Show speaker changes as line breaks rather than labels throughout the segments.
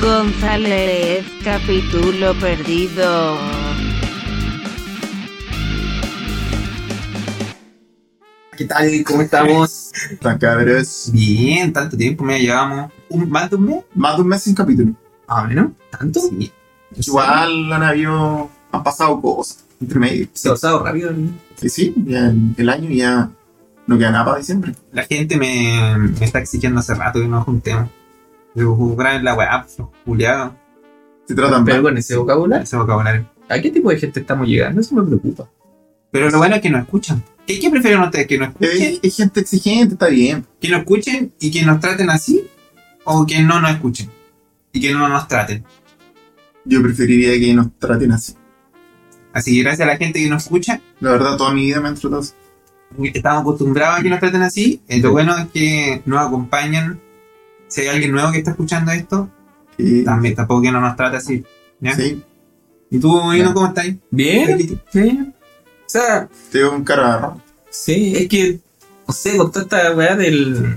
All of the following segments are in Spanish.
González, capítulo perdido.
¿Qué tal? ¿Cómo estamos?
Tan cabros.
Bien, tanto tiempo me llevamos. ¿Un, ¿Más de un mes?
Más de un mes sin capítulo.
Ah, bueno, ¿tanto? Sí.
Igual han habido. Han pasado cosas entre medio.
Se ha pasado rápido. ¿no?
Sí, sí, ya el, el año ya no queda nada para diciembre.
La gente me, me está exigiendo hace rato que nos juntemos. Debo jugar en la weá, Juliado.
Se tratan
Pero con ese vocabulario,
Ese vocabulario.
¿a qué tipo de gente estamos llegando? Eso me preocupa.
Pero lo bueno es que nos escuchan. ¿Qué, qué prefieren ustedes? ¿Que nos escuchen?
Es, es gente exigente, está bien.
¿Que nos escuchen y que nos traten así? ¿O que no nos escuchen? Y que no nos traten.
Yo preferiría que nos traten así.
Así que gracias a la gente que nos escucha.
La verdad, toda mi vida me han tratado así.
Estamos acostumbrados a que nos traten así. Eh, Lo bueno es que nos acompañan. Si hay alguien nuevo que está escuchando esto,
Eh,
Ah,
también tampoco que no nos trate así. ¿ya?
sí,
¿Y tú,
Ya.
Ino, cómo estás?
Bien, bien. O sea,
tengo un cara raro.
sí, es que, no sé, con toda esta weá del.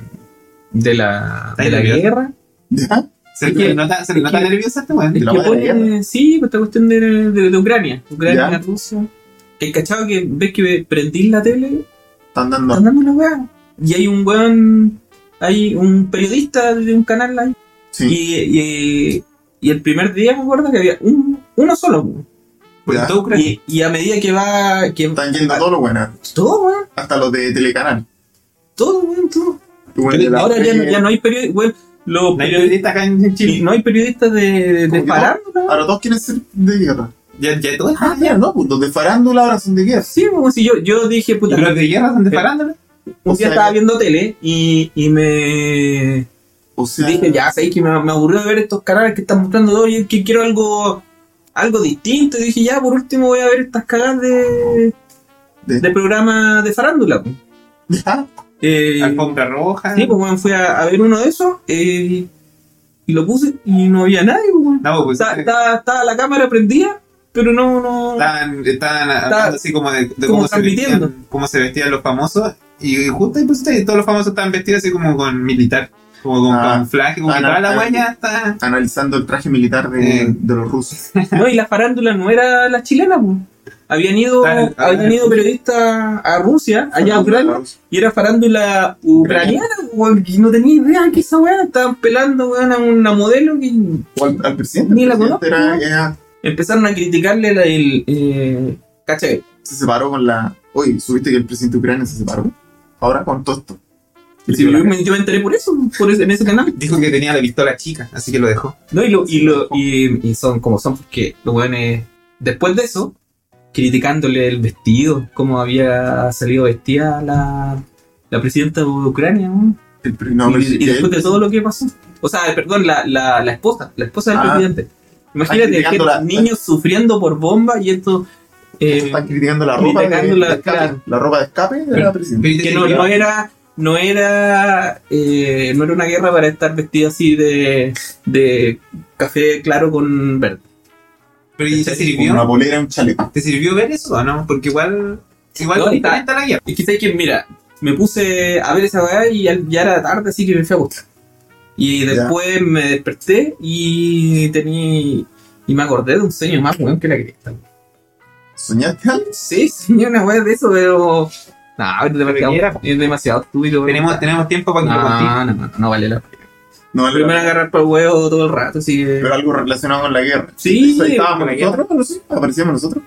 de la,
Está
de la
nervioso.
guerra.
¿Ya?
¿Se
Es
le
que-
nota, se le
es
nota
que-
nervioso a este weón?
Es
la
que
weá de la
pone- sí, pues esta cuestión de, de, de Ucrania. Ucrania,
Ya.
Rusia. Que cachado que ves que prendís la tele,
Están dando.
están dando una weá. Y hay un weón, hay un periodista de un canal ahí
Sí.
Y, y- y el primer día me acuerdo que había un- uno solo.
Porque
Ya.
todo Ucrania.
Y, y a medida que va. Que
Están yendo a todo lo bueno.
Todo, weón.
Hasta los de Telecanal.
Todo, weón, todo.
Bueno, de la
Ahora ya,
tele-
ya no hay periodistas. Weón, los
No hay
periodistas.
periodista acá en Chile.
No hay periodistas de, de
¿Cómo que no?
farándula.
Ahora todos quieren ser de guerra.
Ya, ya todo es.
Ah, mira, no, pues los de farándula ahora son de guerra.
Sí, como si yo, yo dije, puta,
Los de guerra son de farándula.
O
un día
sea,
estaba viendo tele y, y me
O sea,
dije, ya sabéis que me, me aburrió de ver estos canales que están mostrando todo y que quiero algo algo distinto. Y dije, ya por último voy a ver estas cagadas de,
De-
de programas de farándula. pues.
ya,
Eh,
Alfombra roja.
Sí, pues weón, fui a, a ver uno de esos eh, y lo puse y no había nadie, pues, weón.
No, pues.
Está-
eh,
está- Estaba la cámara prendida, pero no, no.
Estaban, estaban hablando así como de, de
como
cómo, se
transmitiendo.
vestían, cómo se vestían los famosos. Y justo ahí, pues, ustedes, todos los famosos estaban vestidos así como con militar. Como con
Ah.
camuflaje, como
Ah,
que
no,
toda la
ah.
huella está.
analizando el traje militar de,
Eh.
de los rusos.
No, y la farándula no era la chilena, pues. Habían ido,
Está- ah, está-
habían ido periodistas a Rusia,
Ah,
allá a Ucrania, y era farándula ucraniana, weón, que no tenía idea que esa weá estaban pelando weón, a una modelo que
O al, al presidente.
Ni
el
la conozco,
presidente era-
¿no?
era-
empezaron a criticarle la- el. Eh, ¿Cachai?
se separó con la. Oye, ¿subiste que el presidente de Ucrania se separó? Ahora con todo esto.
Sí, yo, me, yo me enteré por eso, por ese- en ese canal.
Dijo que tenía la pistola chica, así que lo dejó.
No, y, lo, y, lo, y, y son como son, porque los weones, después de eso, criticándole el vestido, cómo había salido vestida la, la presidenta de Ucrania, weón.
El pre- no,
y,
pero
y
sí que
después
él-
de todo lo que pasó. O sea, eh, perdón, la, la, la esposa, la esposa del
Ah.
presidente.
Están
Imagínate que
criticando la-
niños sufriendo por bomba y esto... eh,
Están criticando la ropa de,
criticando la-
de escape,
claro.
la ropa de escape de
Pero-
la presidenta.
que no, no era... No era, eh, no era una guerra para estar vestido así de, de café claro con verde.
Pero ¿y te
Con
Con una
sirvió?
polera, un chaleco.
¿Te sirvió ver eso o no? Porque igual. Igual
No,
no,
está-
está la guerra.
Es que sabes que, mira, me puse a ver esa weá y ya, ya era tarde, así que me fui a acostar. Y después me desperté y tenía. Y me acordé de un sueño más weón que la cresta. weón.
¿Soñaste algo?
Sí, soñé una weá de eso, pero. No, es demasiado,
Pero era-
es demasiado estúpido. weón.
Tenemos, tenemos tiempo para que
Ah.
lo contigo.
No, no, no, no vale la pena.
No, la-
Primero agarrar por el huevo todo el rato, así que.
pero algo relacionado con la guerra.
Sí,
Eso, ahí
con
estábamos
la
nosotros, pero sí, aparecíamos nosotros.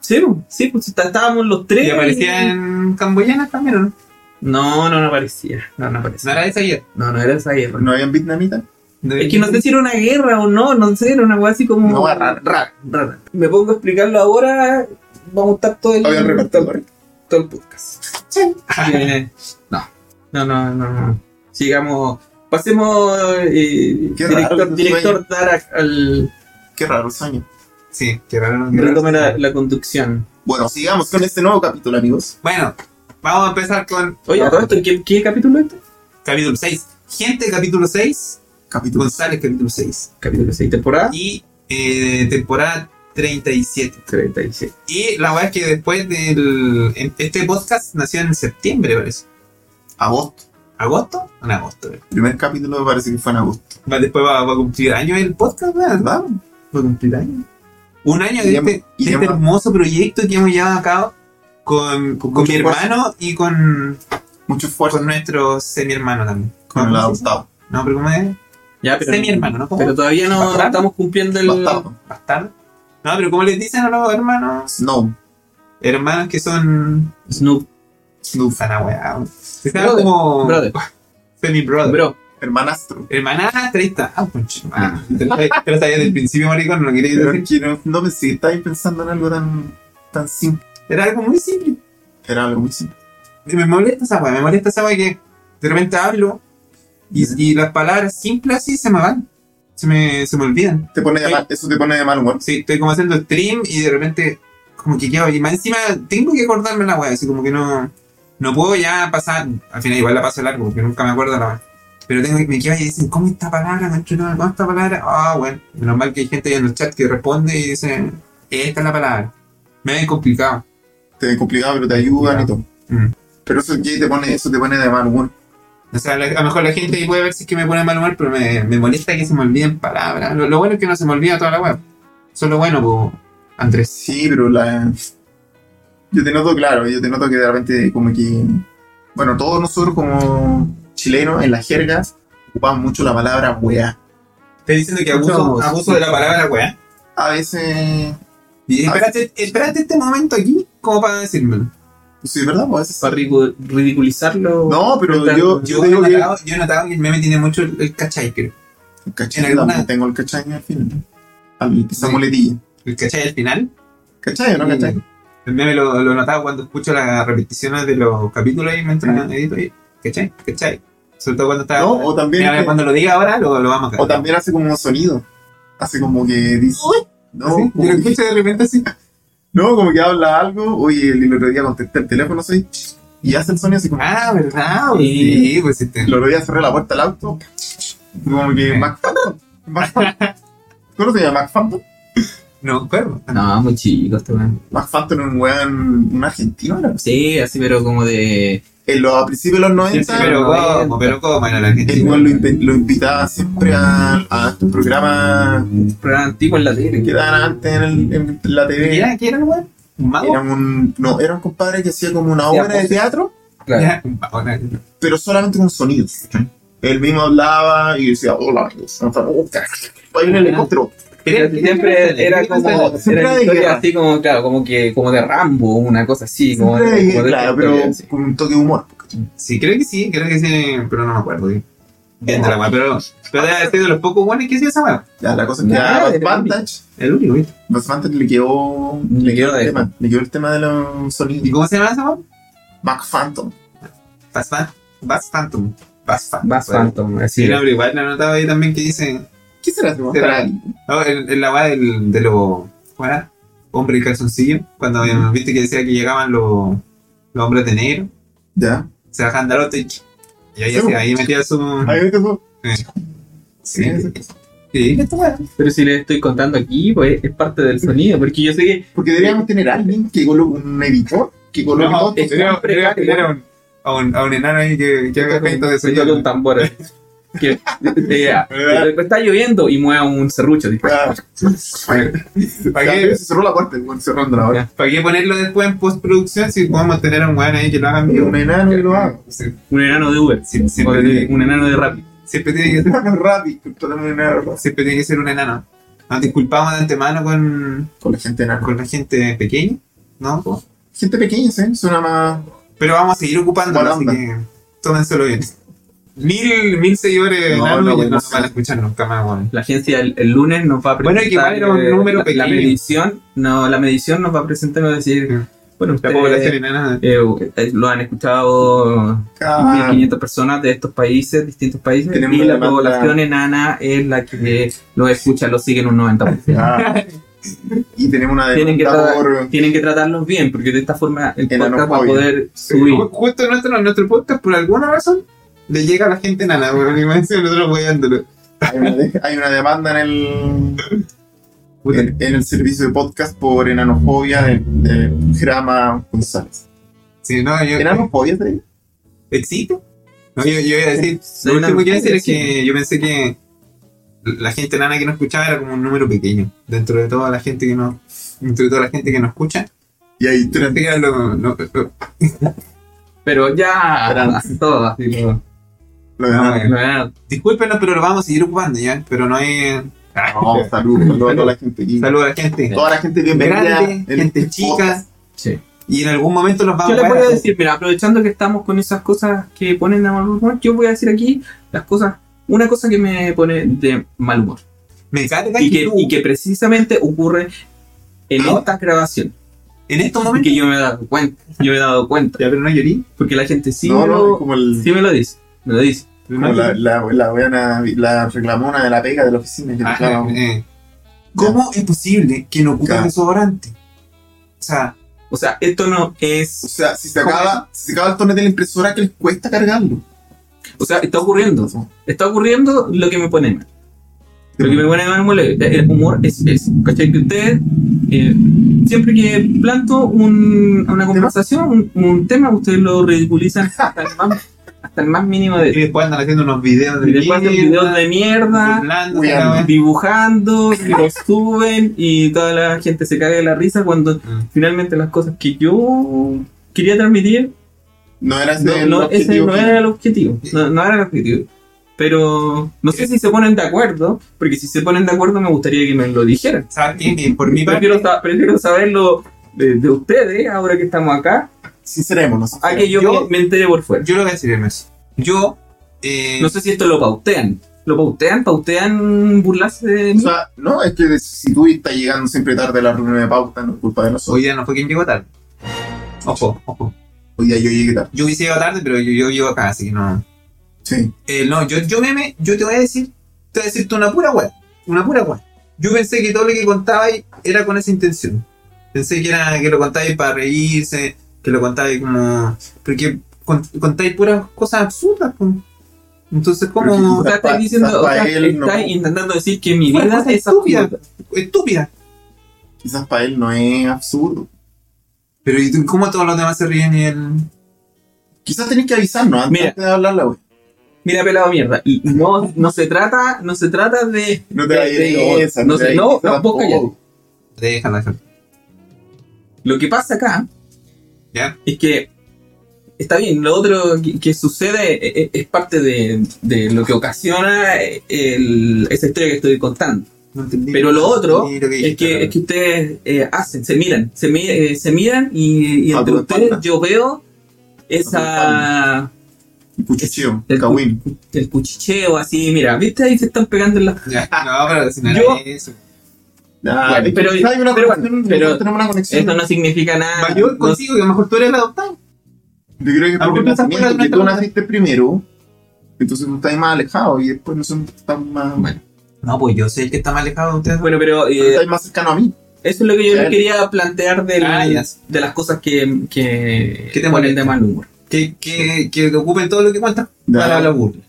Sí, pues, sí, pues está- estábamos los tres.
Y aparecía en camboyanas también, ¿o ¿no?
No, no, no aparecía. No, no
No
aparecía.
era esa guerra.
No, no era esa guerra.
No habían vietnamitas.
Es que no sé si era una guerra o no, no sé, era una cosa así como
No,
rara, rara, rara. Me pongo a explicarlo ahora, vamos a estar todo el,
Habían
todo,
repartidores.
todo el podcast. Eh, no, no, no, no, no. Sigamos, pasemos, eh,
Qué
director,
raro,
director Darak al
Qué raro el sueño.
Sí, qué raro. qué raro.
retome la, la conducción.
Bueno, sigamos con este nuevo capítulo, amigos.
Bueno, vamos a empezar con
Oye, a todo esto, ¿qué, qué capítulo es este?
capítulo 6. Gente, capítulo 6.
Capítulo
González, capítulo 6.
Capítulo 6, temporada
Y eh, temporada 37.
36.
Y la verdad es que em, después del. en- Este podcast nació en septiembre, parece.
agosto.
¿Agosto? En agosto, eh.
El primer capítulo me parece que fue en agosto.
Va- Después va, va a cumplir año el podcast, weón.
¿Verdad?
Va a cumplir año. Un año
Y
de,
llama-
este,
y
de este
llama-
hermoso proyecto que hemos llevado a cabo con, con, mi
mucho esfuerzo.
hermano y con,
Mucho esfuerzo
con nuestro semi-hermano también.
con el
¿Cómo se dice?
adoptado.
No, pero ¿cómo es?
Ya, pero,
Semi-hermano, ¿no? ¿Cómo?
pero todavía no,
Bastardo.
estamos cumpliendo el.
Bastardo.
Bastardo. No, pero ¿cómo les dicen a los hermanos?
Snow.
Hermanos que son...
Snoop,
Snoof.
Sana, weón. Se llama
Brother,
como...
brother.
Semi-brother.
Bro,
Hermanastro.
Hermana, ahí está. Ah, conche, ah, te lo sabía te lo sabía desde el principio, maricón, no quería
Pero
decir.
que no, no pensé que estabais pensando en algo tan, tan simple.
Era algo muy simple.
Era algo muy simple.
Y Me molesta esa weá, me molesta esa weá que de repente hablo y, y las palabras simples así se me van. Se me, se me olvidan.
Te pone de
Ay.
mal, eso te pone de mal humor.
Sí, estoy como haciendo stream y de repente como que quedo. Y más encima tengo que acordarme la weá, así como que no. No puedo ya pasar. Al final igual la paso largo porque nunca me acuerdo la weá. Pero tengo, que- me quedo y dicen, ¿cómo esta palabra, conche tu madre? ¿Cómo esta palabra? Ah, bueno. Menos mal que hay gente ahí en el chat que responde y dice, esta es la palabra. Me es complicado.
Te es complicado, pero te ayudan
Ya.
y todo.
Mm.
Pero eso que te pone, eso te pone de mal humor.
O sea, la- a lo mejor la gente puede ver si es que me pone mal humor, pero me, me molesta que se me olviden palabras. Lo, lo bueno es que no se me olvida toda la web. Eso es lo bueno, po, Andrés.
Sí, pero la. Yo te noto claro, yo te noto que de repente como que. Bueno, todos nosotros como chilenos en las jergas ocupamos mucho la palabra weá.
Estoy diciendo que
abuso- abuso de la palabra,
weá.
A veces.
Y espérate, espérate este momento aquí como para decírmelo.
Sí, ¿verdad? Pues a veces-
para ridicu- ridiculizarlo.
No, pero
Está-
yo, yo
Yo,
digo
he
que.
notado, yo he notado que el meme tiene mucho el, el cachai, creo.
El cachai,
en alguna-
también tengo el cachai al final. Al, esa
Sí.
muletilla.
El cachai al final.
¿Cachai o no cachai?
El meme lo, lo he notado cuando escucho las repeticiones de los capítulos ahí mientras edito ahí. ¿Cachai? ¿Cachai? Sobre todo cuando está...
No, o también.
Mira,
que-
cuando lo diga ahora, lo, lo vamos a
o
cagar.
también hace como un sonido. Hace como que dice. No, como
Sí, yo lo
que-
escucho de repente así.
no, como que habla algo. Oye, el el otro día contesté el teléfono, soy. Y hace el sonido así como.
Ah, ¿verdad?
Sí.
Sí, pues este.
El otro día cerré la puerta del auto. Como que Mac Phantom. Mac Phantom. ¿Cómo se llama Mac Phantom?
No, pero.
No, muy chico este weón.
Mac Phantom era un weón, un argentino, era.
Sí, así, pero como de.
En los, a principios de los
Sí,
90.
pero cómo, pero cómo era la
El
gente.
cual lo, inve- lo invitaba siempre a, a estos programas
programa mm, antiguo en la tele.
que daban Ah. antes en, el- en la
¿Qué
TV.
era? ¿Qué era, weón? ¿Un mago?
Era un, no, era un compadre que hacía como una
Hacía
obra de
voces.
teatro,
Claro.
Era un mago, era-
pero solamente con sonidos. Él mismo hablaba y decía, hola, amigos". Oh, ca- va a ir el helicóptero.
era-
Siempre era como,
Siempre
era
de
historia
guerra.
así como, claro, como que, como de Rambo, una cosa así, como,
Siempre,
como de
claro,
esa
pero
historia, sí.
con un toque de humor.
Sí, creo que sí, creo que sí, pero no me acuerdo. sí. Bien de la weá, pero. Pero debe haber sido de los pocos buenos que hacía esa weá.
Ya, la cosa es que
Nada,
a
de
Bad Vantage,
El único, ¿viste?
Bad Vantage le quedó,
Le
le
quedó
quedó el
de-
tema, le quedó el tema de los
¿Y
sonidos.
cómo se llama esa weá?
Mac Phantom.
Bass Fan- Bass Phantom. Bass Phantom.
Bass Phantom, así.
Sí, no, pero igual la notaba ahí también que dice.
¿Qué será? ese weón?
Será-
Para-
No, en, en la weá del- de los. ¿Cuál era? Hombre y calzoncillo. Cuando eh, viste que decía que llegaban los, los hombres de negro.
Ya.
se bajan del otro y y ahí,
Sí,
hacía- ahí metía su.
Ahí viste eso.
Sí,
sí.
sí.
Pero si les estoy contando aquí, pues es parte del sonido, porque yo sé que
Porque deberíamos tener alguien que coloque un editor que coloque
No,
todo.
es-
tenía- tenía que tener a un- a un, a un enano ahí que, que haga efectos de
se toca un
sonido.
tambor. así. que, ya, está lloviendo y mueva un serrucho. así.
Ah,
¿Para
ya,
qué,
Se cerró la puerta, bueno, cerrando la hora.
para qué ponerlo después en postproducción si podemos tener a un weón ahí que lo haga en
Y
vivo?
un enano que lo haga.
Sí,
Un enano de Uber.
sí,
o de-
siempre, tiene,
un enano de Rappi.
siempre, tiene que ser,
Enano rápido, contratame un enano rápido.
siempre tiene que ser un enano. Nos disculpamos de antemano con,
Con la gente enana.
con la gente pequeña, ¿no?
Gente pequeña, ¿sí? Suena más.
Pero vamos a seguir ocupándolo,
Buena
así
onda.
que tómenselo bien. Mil, mil seguidores
No,
enanos
no,
ya no,
no
nos
sé.
van a escuchar nunca más, weón.
La agencia el, el lunes nos va a
Bueno,
presentar.
es que igual era un
eh,
número
la- La
pequeño.
medición, no, la medición nos va a presentar y va a decir.
Sí.
Bueno,
La
ustedes,
población enana.
eh, eh, lo han escuchado
Ah,
1.500 personas de estos países, distintos países,
Tenemos
y
una
la
demanda.
población enana es la que lo escucha, lo sigue en un 90%.
ah. Y tenemos una
Tienen que
demanda por.
Tienen que tratarlos bien, porque de esta forma el
Enano
podcast va a
móvil.
poder
Ju-
subir.
Justo en nuestro, en nuestro podcast, por alguna razón, le llega a la gente enana, weón. Y me dicen nosotros apoyándolo.
Hay una, de- hay una demanda en el.
Puta,
En, en el servicio de podcast por enanofobia de, de Grama González.
Si no, yo.
¿Enanofobia, ¿sí?
¿Existe? No, yo, yo iba a decir,
Soy
lo
una
último que iba a decir es
mujer,
que yo pensé que la gente nana que no escuchaba era como un número pequeño. Dentro de toda la gente que no, dentro de toda la gente que no escucha,
Y ahí tres.
pensé que era lo, lo- lo-
Pero ya,
Gran.
así todo, así todo.
Lo
Ah,
demás.
No, no,
discúlpenos, pero lo vamos a seguir ocupando ya, pero no hay Ah,
No, saludos saludos a Oh, toda la gente. Y
saludos a la gente
Toda la gente bienvenida.
grande,
en
gente
este
chica,
sí.
y en algún momento los
Yo
vamos
les
a
voy a
ver.
decir, mira, aprovechando que estamos con esas cosas que ponen de mal humor, yo voy a decir aquí las cosas, una cosa que me pone de mal humor
Me encanta
y
que
que,
tú,
y que precisamente ocurre en
¿Ah?
estas grabaciones
en estos
y
momentos.
que yo me he dado cuenta, yo me he dado cuenta,
Ya, pero no llorí.
porque la gente sí,
no,
me,
no,
lo,
como, el,
sí me lo dice, me lo dice.
pero
como
no
la,
llorí.
la, la, weana- la reclamona de la pega de la oficina. Que
Ah,
reclama.
eh. ¿Cómo es posible que no ocupen
Ya.
desodorante? O sea,
O sea, esto no es,
O sea, si se acaba, si se acaba el torneo de la impresora, que les cuesta cargarlo?
o sea, está ocurriendo, está ocurriendo lo que me pone mal. Lo que me pone mal humor, el humor es eso. ¿Cachai? Que ustedes, eh, siempre que planto un- una conversación, un, un tema, ustedes lo ridiculizan hasta el más, hasta el más mínimo de
y después andan haciendo unos videos de
Y después hacen videos de mierda,
burlándose,
Uy,
la
ando.
wea.
dibujando, y los suben y toda la gente se caga de la risa cuando
Mm.
finalmente las cosas que yo quería transmitir,
No era ese
no,
el
no, ese
objetivo
no
que-
era el objetivo, no, no era el objetivo. Pero no sé si se ponen de acuerdo, porque si se ponen de acuerdo me gustaría que me lo dijeran.
¿Sabes qué? Que Por mi parte,
prefiero, sa- prefiero saberlo de, de ustedes, ahora que estamos acá,
Sincerémonos.
a Ah, que yo,
Yo-
me, me entere por fuera.
yo lo voy a decir más. Yo, eh,
No sé si esto lo pautean. ¿Lo pautean? ¿Pautean burlarse de
O
mí?
sea, no, es que si tú estás llegando siempre tarde a la reunión de pauta, no es culpa de nosotros.
hoy día no fue quien llegó tarde. Ojo, ojo.
Hoy día yo llegué tarde.
Yo hubiese llegado tarde, pero yo, yo llego acá, así que no.
Sí.
Eh, no, yo, yo meme, yo te voy a decir, te voy a decirte una pura weá, una pura weá. Yo pensé que todo lo que contabais era con esa intención. Pensé que era que lo contabais para reírse, que lo contabais como. Porque con- contáis puras cosas absurdas, pues. Entonces,
O
como.
sea, estáis diciendo, o sea, estáis intentando decir que mi vida
Cosas
es
estúpidas.
absurda.
Estúpida.
Quizás para él no es absurdo.
Pero, ¿y tú, cómo todos los demás se ríen y él.?
Quizás tenés que avisarnos antes,
Mira.
antes de hablarla, güey.
Mira, pelado mierda. Y No, no se trata, no se trata de.
No
te vayas de esa, no te vayas de esa tampoco.
Déjala, déjala.
Lo que pasa acá
Ya.
es que está bien, lo otro que, que sucede e- e- es, parte de, de lo que ocasiona el- esa historia que estoy contando.
No entendí.
Pero lo otro
Sí, lo
Es
dijiste,
que,
la
es que ustedes eh, hacen, se miran, se, mi- eh, se miran y, y
Ah,
entre
tu espalda.
ustedes yo veo esa.
Cuchucheo,
El-
cagüín. Ah,
el cuchicheo así, mira, viste ahí se están pegando en las...
verdad. Ya, no, pero si no era
Yo-
eso.
Ah,
Bueno,
es que
pero-
quizás hay una
pero
conexión,
bueno,
nosotros
pero-
tenemos una conexión.
Eso no significa nada.
Mayor
No-
consigo que a lo mejor tú eres el adoptado.
Yo creo que es
Ah,
porque
porque esas
nacimiento,
cosas
que
no
tú
están-
naciste primero, entonces tú estás más alejado y después no son tan más,
Bueno.
No, pues yo sé el que está más alejado de ustedes.
bueno, pero eh,
estás más cercano a mí.
eso es lo que yo
Claro.
quería plantear del-
Ah, ya.
de las cosas que, que,
¿Qué te
ponen
molesta?
de mal humor.
que, que, que ocupen todo lo que cuentan
Ya.
para la burla.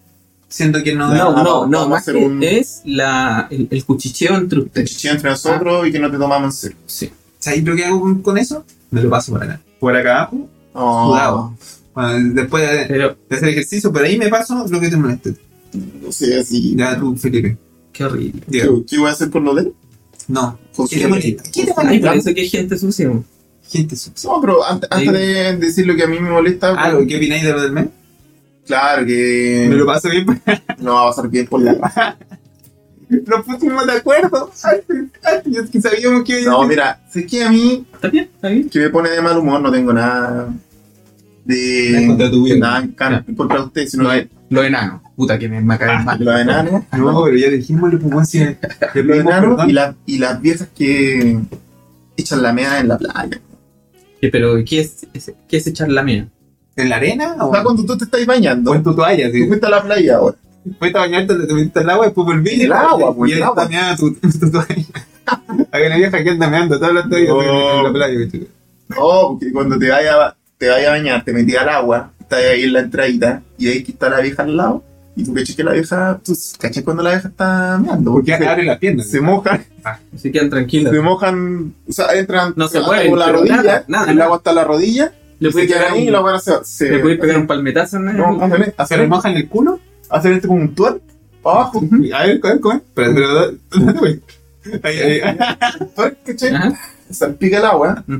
Siento que no.
No,
vamos-
no, no,
vamos a
más
hacer
que
un-
es la, el, el cuchicheo entre
Te
ustedes.
chiché entre nosotros y que no te tomamos en serio.
Sí.
¿Sabéis lo que hago con, con eso? Me lo paso por acá. Por acá abajo.
Oh.
Sudado. Bueno, después de,
Pero,
de hacer ejercicio, por ahí me paso lo que te moleste.
O sea, sí.
Ya tú, Felipe.
qué horrible.
¿Qué,
Diga,
qué voy a hacer con lo de él?
no.
José-
¿Qué te molesta? ¿Qué
Ah,
te
Ay,
molesta?
por eso que hay gente sucia. güey.
Gente sucia.
No, pero ante- antes,
Sí.
de decir lo que a mí me molesta,
Ah, ¿qué opináis de lo del mes?
claro que
Me lo paso bien.
no va a pasar bien por la.
Nos pusimos de acuerdo. Antes, antes, que sabíamos que iba a
No,
decir.
mira, sé que a mí
¿Está bien? ¿Está bien?
que me pone de mal humor, no tengo nada
Nada en contra tuyo.
de nada en cara contra usted, sino
Lo,
que
de- lo enano. Puta que me, me caen mal.
los enanos,
No, pero ya dijimos, le pusimos así. Le
los
pedimos
enanos y,
perdón.
las y las viejas que echan la mea en la
Ah,
playa.
Eh, Pero, ¿qué es, es- qué es echar la mía?
¿En la arena?
O sea,
¿O,
cuando tú te estás bañando,
o en tu toalla?
tú
sí.
fuiste a la playa ahora.
Fuiste a bañarte, te metiste al agua, después volviste.
El agua, pues,
pues. Y
el
él
agua.
está meada tu, tu toalla. Hay una vieja que anda meando todas las toallas
No.
en la playa, güey, chico.
No, porque cuando te vayas a, te vayas a bañar, te metí al agua, estás ahí en la entradita y ahí que está la vieja al lado. Y tú cachas que la vieja, tú cachas cuando la vieja está meando.
Porque
se,
abre las piernas.
se mojan,
Así quedan tranquilos.
se mojan, o sea, entran
No se
hasta
mueven,
como la
pero
rodilla,
nada, nada,
el
nada.
agua hasta la rodilla
Le
Se
puedes
quedan
pegar,
ahí y
un-
la van a hacer. se-
le puedes pegar un palmetazo en el-
No, hacer,
¿Se
hacer,
le mojan el culo?
hacer este como un tuer para abajo.
A ver, a ver, ¿cómo es? Pero, pero, güey. Ahí, ahí, ahí.
Tuerc, ¿cachai?
Ajá.
Salpica el agua.
Ujú.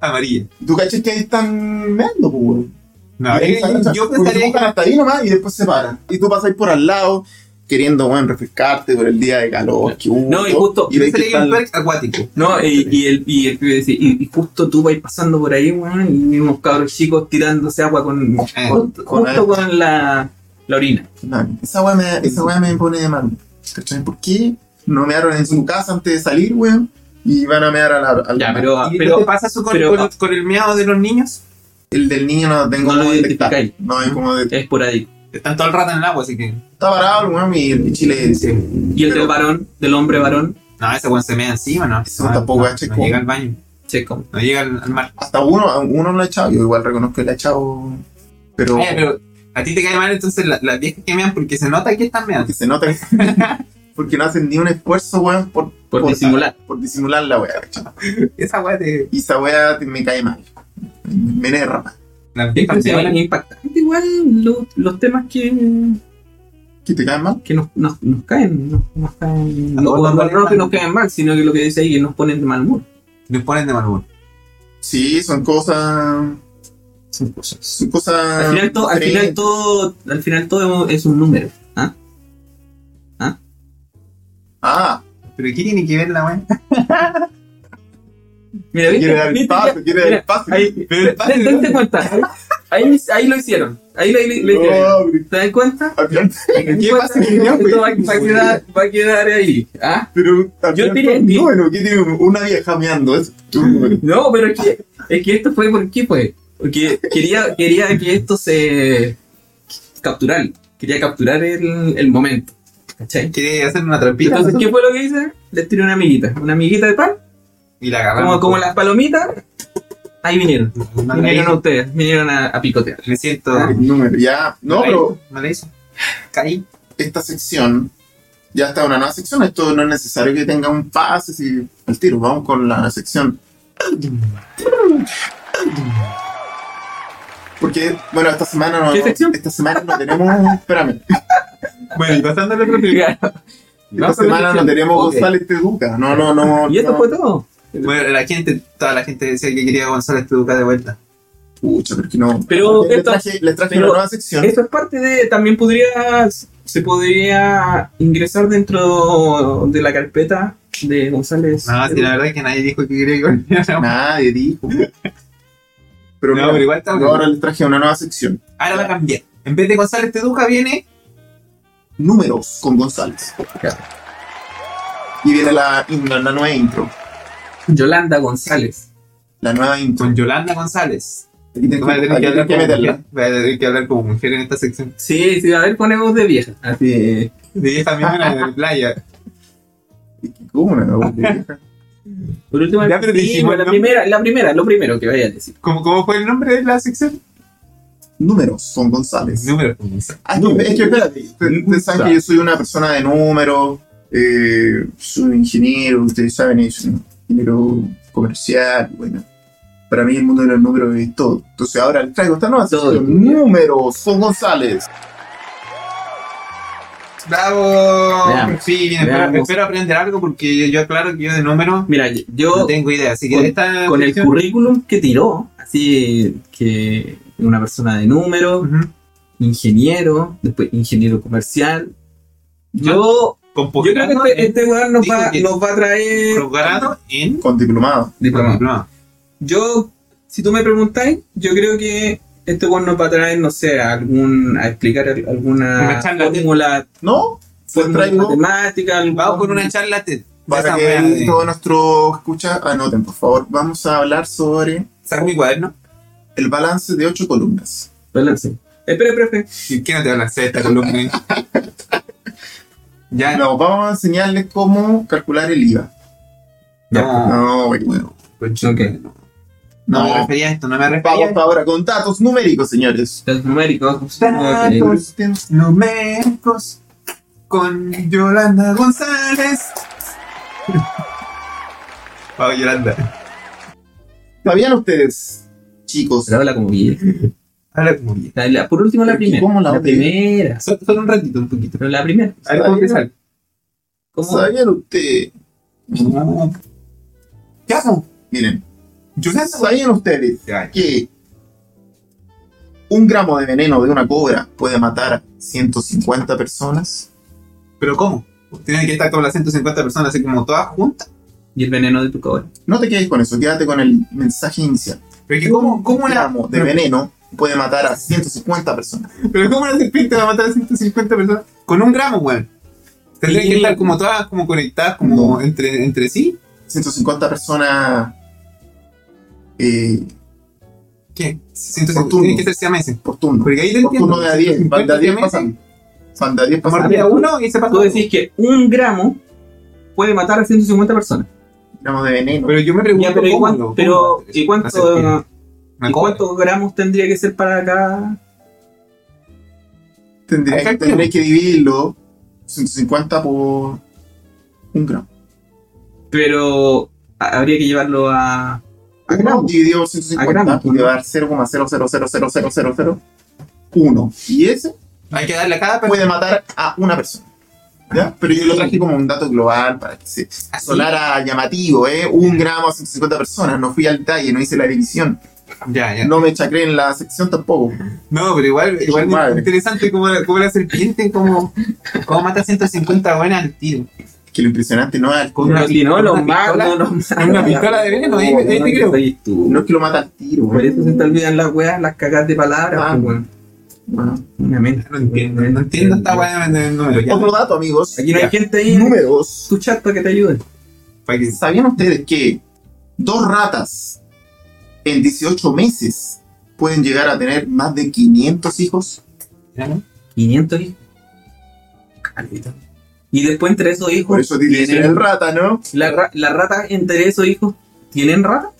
Amarilla.
¿Tú cachas que ahí están meando, pues, weón?
No,
Y ahí
eh,
yo-
se agachan,
yo
porque se
pensaría que
mojan hasta ahí nomás y después se paran. Y tú pasas ahí por al lado, queriendo, weón, refrescarte por el día de calor que hubo.
No, y
todo,
justo-
Y
yo
ves que
pensaría
están...
que un parque acuático.
No, y, y el, y el pibe decía, y, y justo tú vas pasando por ahí, weón, y unos cabros chicos tirándose agua con,
Eh,
con- justo con la, la orina.
No, esa weá me, esa weá me pone de mal. ¿Cachai? ¿Por qué no mearon en su casa antes de salir, weón? Y van a mear a la, al-
Ya, pero,
¿Y este-
pero
qué pasa eso con,
pero-
ah.
con- con el meado de los niños?
El del niño no tengo
No lo
cómo detectar.
identificáis.
No hay como de...
es por ahí.
Están todo el rato en el agua, así que.
Está parado el weón y el pichi le dice...
Y el
Pero-
del varón, del hombre varón,
No, ese weón se mea encima, ¿no?
Eso
No,
tampoco
no,
es
No
chico.
llega al baño,
se come.
no llega al, al mar.
Hasta uno, uno lo ha echado. Yo igual reconozco que le ha echado... Pero...
Eh,
Oye, pero a ti te cae mal entonces la- las viejas que mean porque se nota que están meando.
Que se nota que... porque no hacen ni un esfuerzo, weón, por...
Por disimular.
Por disimular la weá, ¿cachai?
Esa weá de.
Y esa weá te- me cae mal. Me enerva.
Las
Es
viejas se hablan.
impactante igual lo- los temas que,
¿Que te cae mal?
que nos, nos, nos caen, nos, nos caen,
A
no,
todos nos ponen
no, no que
mal.
nos caen mal, sino que lo que dice ahí que nos ponen de mal humor.
Les ponen de mal humor.
Sí, son cosas...
Son cosas.
Son cosas...
Al final, to- al final
diferentes.
todo, al final todo es un número. ¿ah?
Ah,
¿Pero qué tiene que ver la weá?
Mira, ¿viste?
Quiere dar el
¿Viste?
pase, quiere dar
Mira,
el pase.
Ahí,
Pero el
da- date cuenta. Ahí, ahí lo hicieron. Ahí lo, lo- lo hicieron.
No,
¿Te das cuenta?
Adrián,
¿Te das
Oh. ¿Qué
cuenta?
pasa? ¿Qué tenía,
Esto va, va a
güey?
quedar, va a quedar ahí. ¿ah?
Pero Adrián,
diría
no,
que-
bueno, ¿qué tiene una vieja meando? Es tú, güey.
No, pero es que, es que esto fue por qué, pues. Porque quería, quería que esto se capturar. Quería capturar el, el momento. ¿Cachai?
Quiere hacer una trampita.
Entonces, ¿qué fue lo que hice? Les tiré una amiguita. Una amiguita de pan.
Y la agarraron.
Como, como las palomitas. Ahí vinieron.
No la
Vinieron a
hizo.
ustedes. Vinieron a, a picotear.
Me siento.
Ah.
El número, ya. No,
la
pero
hizo, No la hizo. Caí.
esta sección ya está una nueva sección. Esto no es necesario que tenga un pase y al tiro. Vamos con la sección. Porque, bueno, esta semana no.
¿Qué sección?
Esta semana no tenemos. Espérame.
Bueno, y pasando al otro
Esta
Vamos con la
semana no
sección.
tenemos
Ok.
González Te Educa. No, no, no.
Y esto
no.
fue todo.
Bueno, la gente, toda la gente decía que quería a González Tuduca de vuelta.
Pucha, pero es que no.
Pero
les
esto-
traje, les traje
pero
una nueva sección.
Esto es parte de. También podría. Se podría ingresar dentro de la carpeta de González.
No, Ah, sí, la verdad es que nadie dijo que quería que volviera.
Nadie dijo. Pero,
No,
mira,
pero igual está
yo ahora les traje una nueva sección.
Ahora va a cambiar. En vez de González Teduca viene.
Números con González.
Ya.
Y viene la, la- la nueva intro.
Yolanda González.
La nueva intro.
con Yolanda González.
Aquí tengo
Voy a tener que hablar
que
como
meterla.
mujer. Voy a tener que hablar como mujer en esta sección.
Sí, sí, a ver, ponemos de vieja. Así.
De vieja miona de playa.
¿Cómo no? Porque-
Por último,
Ya, pero
sí,
dijimos,
la
¿no?
primera, la primera, lo primero que vaya a decir.
¿Cómo, ¿Cómo fue el nombre de la sección?
Números con González.
Número. con González.
Ah, es que- es que espérate. Ustedes ustedes saben que yo soy una persona de números. eh, soy ingeniero, ustedes saben eso. ¿no? Ingeniero comercial. Bueno, para mí el mundo de los números es todo. Entonces ahora les traigo esta nueva
Todo.
sección. Números con González.
¡Bravo!
Veamos.
Sí, bien, espero,
Veamos.
espero aprender algo porque yo aclaro que yo de número
Mira, yo
no tengo idea. Así que
con-
esta
con el
sección-
currículum que tiró, así que una persona de número,
Ujú.
ingeniero, después ingeniero comercial. Yo,
Con
yo creo que
posgrado
este,
en-
este weón nos
dijo
va,
que-
nos va a traer
posgrado en
Con diplomado.
diploma.
diploma.
Yo, si tú me preguntáis, yo creo que este weón nos va a traer, no sé, algún, a explicar al- alguna
Una charla.
fórmula,
¿No? Pues
fórmula
traigo
matemática, algún-
Vamos con una charla TED.
Para
Esa
que
wea de-
todos nuestros escuchas anoten, por favor. Vamos a hablar sobre
Saco mi cuaderno.
el balance de ocho columnas.
balance. Espera, profe.
¿Y ¿Qué no te va a lanzar esta columna? ya,
No, vamos a enseñarles cómo calcular el IVA.
no.
No, güey, bueno.
concha,
Ok.
no. Ah. No, me refería a esto, no me refería a
Vamos
esto.
ahora con datos numéricos, señores.
Los numéricos. ok.
Datos numéricos con Yolanda González. Vamos, Yolanda.
¿Sabían ustedes chicos.
Pero habla como bien.
Habla como bien.
La- la- por último, la
Pero, ¿y
primera.
cómo la
la
odia?
primera.
Solo, solo un ratito, un poquito.
Pero la primera.
A ver cómo te sale.
¿Cómo?
¿Sabían ustedes?
No. ¿Qué hago?
Miren,
Yo no sé.
¿sabían ustedes
Ya,
que un gramo de veneno de una cobra puede matar a 150 personas?
¿Pero cómo? Tienen que estar con las 150 personas así como todas juntas.
Y el veneno de tu cobra.
No te quedes con eso, quédate con el mensaje inicial.
Pero es que ¿cómo, cómo
Un
una,
gramo de
pero-
veneno puede matar a 150 personas.
pero cómo una serpiente va a matar a 150 personas? Con un gramo, weón. Tendrían que
Sí.
estar como todas como conectadas como entre, entre sí.
150 personas eh,
¿Qué?
Por
150,
turno.
tienen que ser siameses.
por turno.
Porque ahí te
Por turno
entiendo.
de a 10. Van de a 10
Siameses,
pasan. Van de a 10 pasan.
mordía
Ah,
a uno y se pasa.
Tú decís que un gramo puede matar a 150 personas.
gramos de veneno.
Pero yo me pregunto
Ya, pero, ¿y
cómo
cuán-
lo-
pero,
cómo lo haces.
¿y
Una serpiente,
cuánto,
una cobra.
¿y cuántos gramos tendría que ser para cada
Tendría,
Acá
tendría que dividirlo 150 por un gramo.
pero ha- habría que llevarlo a,
Un
a
gramo
gramos.
dividido por
A
150
gramos,
te va a dar 0,000000001. Y ese
Hay que darle a cada persona.
puede matar a una persona. ¿Ya? Pero yo lo traje como un dato global para que se
Ah,
Así.
sonara llamativo, ¿eh? Un gramo a 150 personas. No fui al detalle, no hice la división.
Ya, ya.
No me chacré en la sección tampoco.
No, pero igual, igual es
Madre.
interesante como, como la serpiente, como, como mata 150 buenas al tiro.
Que lo impresionante no es al
Con
Los linolos,
con una pistola.
magnos, los
con una pistola de veneno, ahí- ahí te
No, no,
creo.
soy tú.
No es que lo mata al tiro,
Por
¿eh?
eso se te olvidan las weas, las cagadas de palabras.
Ah.
pues, weón.
Bueno.
Una menta.
No entiendo, no entiendo esta weá del número. Ya,
Otro dato, amigos.
Aquí no hay
Ya.
gente ahí en
Números.
tu chat para que te ayude.
para que-
¿Sabían ustedes que dos ratas en 18 meses pueden llegar a tener más de 500 hijos?
ya, ¿no?
500 hijos. Caleta. Y después entre esos
Por
hijos.
eso tiene que ser
tienen-
el rata, ¿no?
la, ra- la rata entre esos hijos. ¿Tienen rata?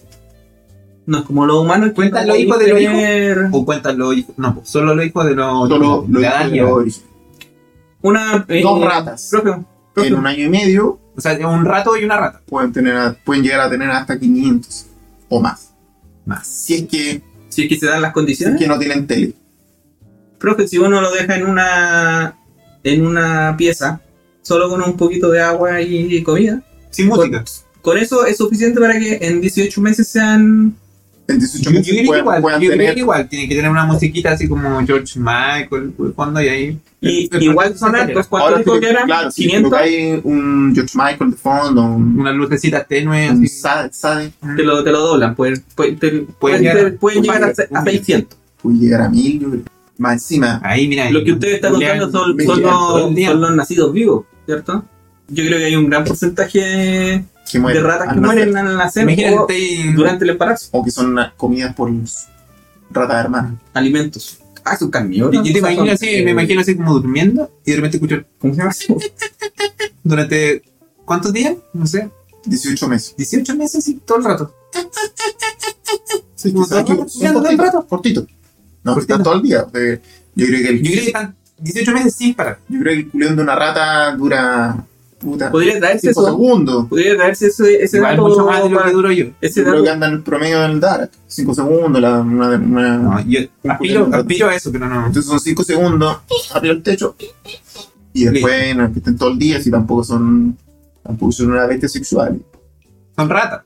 No es como los humanos. que
¿Cuentan
no
los hijos de los hijos?
tener-
O cuentan los hijos, no, pues, solo los hijos de los.
Solo lo
de
hijos de
Daniel.
los origen.
Una. eh,
Dos ratas
profe, profe,
en un año y medio
O sea, un rato y una rata.
pueden, tener, a- pueden llegar a tener hasta 500 o más.
Más.
Si es que,
Si es que se dan
si
las
es
condiciones.
que no tienen tele.
Profe, si uno lo deja en una. En una pieza. Solo con un poquito de agua y comida.
Sin
Pues,
música.
Con eso es suficiente para que en 18 meses sean.
En
Yo,
18
yo
meses
diría que
pueden,
igual,
puedan
yo diría
tener
que igual, tiene que tener una musiquita así como George Michael por fondo y ahí.
Y,
El- el-
igual pues, son hartos. ¿Cuántos
Ahora,
hijos
si-
que eran?
claro, si
500.
hay un George Michael de fondo, un,
Unas lucecitas tenues.
un
así.
Sade, Sade,
te lo, te lo doblan, pues, pues, te- pueden,
llegar a-
te- pueden llegar a, se- a
un millón.
600.
puede llegar a mil. yo creo. Más encima,
Ahí, mira. ahí.
Lo que ustedes están
Julián,
contando son,
me
son
llegan
todo el
los,
día.
son los nacidos vivos, ¿cierto? Yo creo que hay un gran porcentaje de
que mueren
ratas
al
que
nacer,
mueren al nacer o
Imagínate ahí-
durante el embarazo.
o que son ah, comidas por ratas hermanas.
Alimentos. Ah, son
Y
carnívoros.
yo te
Son-
imagino así,
eh,
me imagino así como durmiendo y de repente escucho
¿Cómo se llama eso?
durante ¿cuántos días? No sé,
18 meses.
18 meses y todo el rato.
Sí,
Como
quizás
todo
que
el rato,
son
mirando todo el
cortitos,
rato.
cortitos. No,
Cortito.
está todo el día. eh, Yo creo que el,
Yo creo que están 18 meses sin parar.
yo creo que el culeón de una rata dura puta,
Podría traerse
5
eso.
segundos.
Podría traerse ese, ese
Igual
dato.
mucho más de lo que
para-
duro yo.
ese
Yo creo que
dato.
andan en promedio del DARA. 5 segundos. La, una, una-
No, yo aspiro, aspiro a eso, pero no.
Entonces son 5 segundos. Abre el techo. Y después no, que estén todo el día. Si tampoco son, tampoco son una bestia sexual.
Son ratas.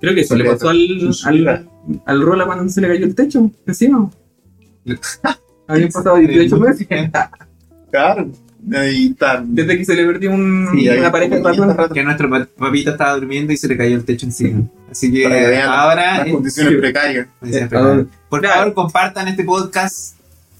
Creo que eso le pasó al, al, al Rola cuando se le cayó el techo encima. Habían pasado 18 meses.
Claro. Ahí están.
Desde que se le perdió un-
Sí, ahí
una pareja de
están
ratón.
ratas.
Que nuestro pa- papito estaba durmiendo y se le cayó el techo encima. Así que
Para que vean
ahora.
Las condiciones
sí.
precarias.
eh,
Ah,
Por favor, compartan este podcast.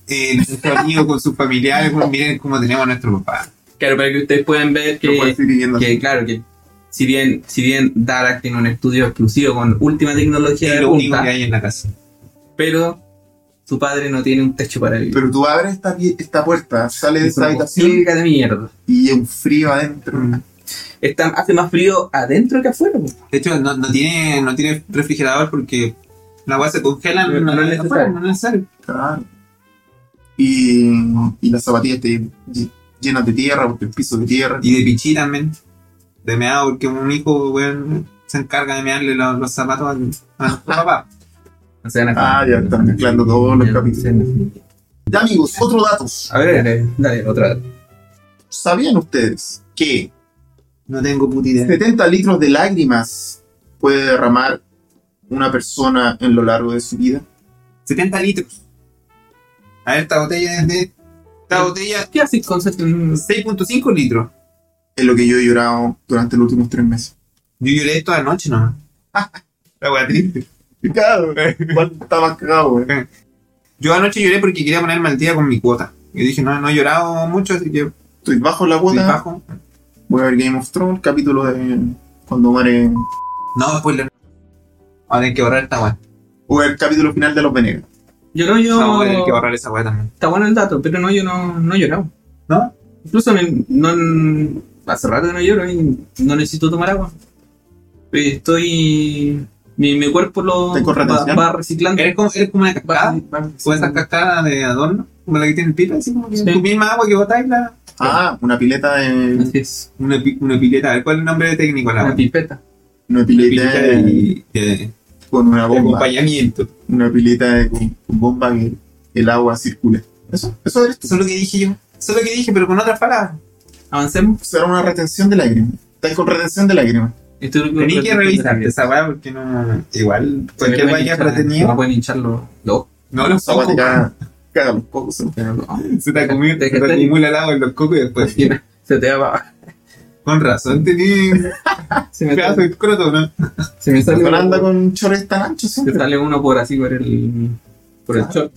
Eh, nuestro amigo con sus familiares, como- miren cómo tenemos a nuestro papá.
Claro, para que ustedes puedan ver
No puedes
pues,
que,
ir viviendo así.
que, claro, que si bien, si bien Darak tiene un estudio exclusivo con última tecnología
Es
de
lo único
punta,
que hay en la casa.
pero su padre no tiene un techo para vivir.
Pero tú abres esta, pie- esta puerta, sales de
Es
esta
una
habitación
posilga de mierda.
y es un frío adentro.
Está- hace más frío adentro que afuera. pues. po.
De hecho, no, no tiene, no tiene refrigerador porque la agua se congela,
No-
no,
no
afuera,
es necesario.
no es necesario.
Claro. Y, y las zapatillas te lle- llenas de tierra, porque el piso es de tierra.
Y de pichí también. De meado, porque un hijo, weón, se encarga de mearle los, los zapatos al- a nuestro papá.
No se van a
Ah, ya están mezclando todos los capítulos. Ya, amigos, otro dato.
A ver, dale, dale, otra.
¿Sabían ustedes que
No tengo puta idea.
70 litros de lágrimas puede derramar una persona en lo largo de su vida?
70 litros. A ver, esta botella es de. Esta botella,
¿Qué haces con ese-
6.5 litros.
Es lo que yo he llorado durante los últimos tres meses.
Yo lloré toda la noche nomás. La wea triste.
Claro, igual está más cagado, güey.
Yo anoche lloré porque quería ponerme al día con mi cuota. Yo dije, no, no he llorado mucho, así que
Estoy bajo la
estoy
cuota.
bajo.
Voy a ver Game of Thrones, capítulo de cuando muere.
No, spoiler. Voy a tener que borrar esta wea.
O el capítulo final de los Venegas.
Yo no, yo.
Vamos a tener que borrar esa wea también.
Está bueno el dato, pero no, yo no, no he llorado.
¿No?
Incluso en- no, en- hace rato que no lloro y no necesito tomar agua. Eh, Estoy. Mi, mi cuerpo lo
¿Estás con
va,
retención?
va reciclando.
Eres como, eres como una
Va-
cascada.
va-
Como esas cascadas de adorno. Como la que tiene el pipa, así como que
Sí.
tu misma agua que botáis la.
Ah, una pileta de.
Así es,
Una, pi- una pileta. A ver, ¿Cuál es el nombre técnico de la
una
wea?
pipeta.
Una
Pileta
pileta de-
de- de-
con una
de
bomba.
acompañamiento.
Una pileta de- con, con bomba que el agua circula. Eso, eso eres tú.
Eso es lo que dije yo. Eso es lo que dije, pero con otras palabras.
Avancemos.
Será una retención de lágrimas. Estás con retención de lágrimas.
Estoy
Tenía que revisar esa weá porque no. Igual, cualquier weá que
hinchar,
apretenido.
Me pueden hinchar los los ojos.
No, los
Esa agua
cocos.
te caga, caga los cocos. ¿no?
pero no.
Se te acumula, se
Te
te
dejaste-
acumula el agua en los cocos y después.
Se te va.
Con razón tenía
Se
un
me,
pedazo de escroto, ¿no?
se me sale,
Cuando anda
uno,
con chores tan anchos
se
siempre.
sale uno por así, por el, por el short.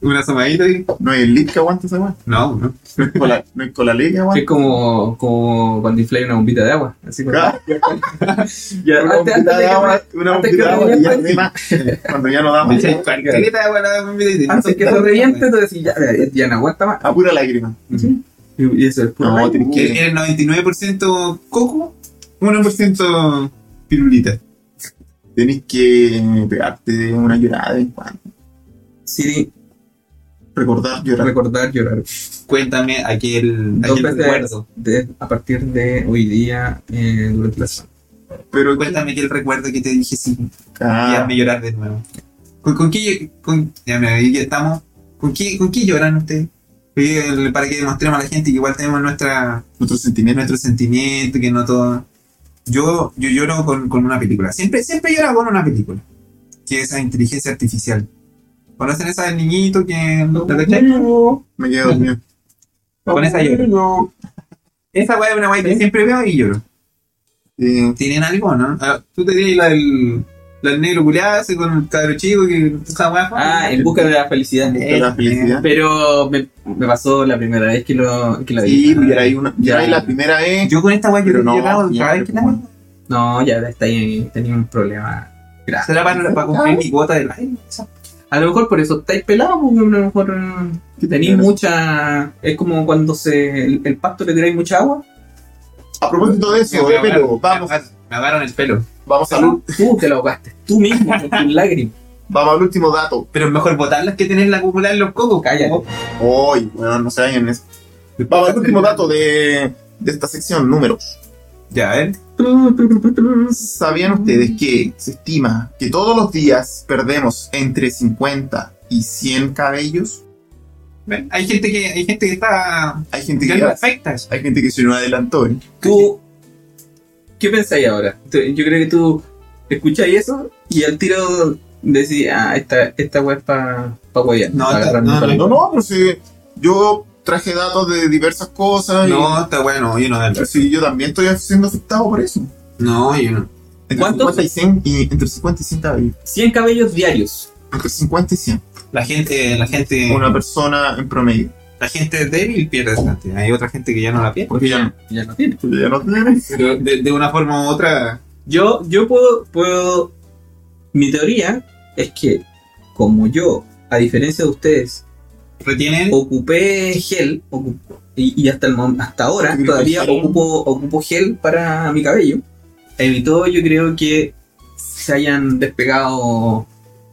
Una asomadita y.
No hay el lit que aguante esa weá.
No, no.
No hay cola- no hay cola ley que
Que
aguante.
es como, como cuando infláis una bombita de agua. Así como,
Ah,
Ya,
Una
antes-
bombita
antes
de
de que pues.
agua,
me-
una
antes
bombita de
que me
agua, y ya
reviente.
no hay más. eh, Cuando ya no da más.
Echai cualquier agua a la bombita y te-
antes que se reviente, tú decís, ya, ya, ya no aguanta más.
A Ah, pura lágrima.
Sí. Y y eso es puro
No,
aire.
tenés que-
Era 99% coco, 1% pirulita.
Tenés que pegarte una llorada de vez en cuando.
Sí,
Recordar llorar.
recordar llorar.
Cuéntame aquel,
Dos
aquel
veces
recuerdo.
de- a partir de hoy día eh, durante la semana.
Pero
Cuéntame aquel recuerdo que te dije sí, y
Ah,
hazme llorar de nuevo. ¿Con, con qué con, ya, mira, ahí ya estamos? ¿Con qué, ¿Con qué lloran ustedes? Eh, Para que demostremos a la gente que igual tenemos nuestra
nuestro
es
sentimiento.
nuestro sentimiento, que no todo. Yo, yo lloro con, con una película. Siempre, siempre lloro con una película. Que es esa inteligencia artificial. ¿Conocen esa del niñito que. ¿la cachai?
Me quedo dormido.
Con esa lloro. Esa weá es una weá que siempre veo y lloro.
Eh,
¿Tienen algo, no? Ah, Tú tenías la del. La del negro culiado, ese con el cabro chico que. Esa weá.
Ah, en busca de la felicidad.
de la felicidad.
Pero me, me pasó la primera vez que lo, que lo
Sí, pues
vi.
llorar ahí una, llorar ahí la primera vez.
Yo con esta weá
Pero
lloro
no,
llorado cada
siempre,
vez que la veo.
No, ya está ahí, tenía un problema. grave.
Será para, para cumplir mi cuota de like.
A lo mejor por eso estáis pelados, porque a lo mejor eh, tenéis
Claro.
mucha. Es como cuando se, el, el pasto le tiráis mucha agua.
Ah.
A propósito de eso, de pelo, vamos,
Me agarraron el pelo.
vamos al, ul-
Tú te lo ahogaste, tú mismo, con tus lágrimas.
vamos al último dato.
Pero es mejor botarlas que tenerla acumulada en los cocos.
Cállate.
Oh. Hoy, bueno, no se vayan en eso. Vamos al último dato de, de esta sección, números.
Ya, a ver.
¿Sabían ustedes que se estima que todos los días perdemos entre 50 y 100 cabellos?
Ven, Hay gente que, hay gente que está.
Hay gente
que
que,
le afecta eso.
hay gente que se lo adelantó. ¿eh?
Tú. ¿Qué pensáis ahora? Tú- Yo creo que tú escucháis eso y al tiro decís, ah, esta, esta web es para pa huevear,
No,
pa'
esta-
agarrarme
no,
para
No, no, pero sí, yo traje datos de diversas cosas. y-
No, está bueno, yo no.
pero sí, yo también estoy siendo afectado por eso.
No, yo no.
Entre
¿Cuántos?
50 y 100 y- entre 50 y 100 cabellos.
100 cabellos diarios.
Entre 50 y 100.
La gente, la gente,
Una persona en promedio.
la gente débil pierde esa cantidad. Hay otra gente que ya no la pierde.
Porque ya,
Ya no tiene.
porque ya no tiene.
Pero de, de una forma u otra.
Yo, yo puedo, puedo. Mi teoría es que, como yo, a diferencia de ustedes,
Retienen.
ocupé gel ocu- y, y hasta el mom- hasta ahora
¿Tú
todavía
gel?
ocupo, ocupo gel para mi cabello. Evitó, yo creo que se hayan despegado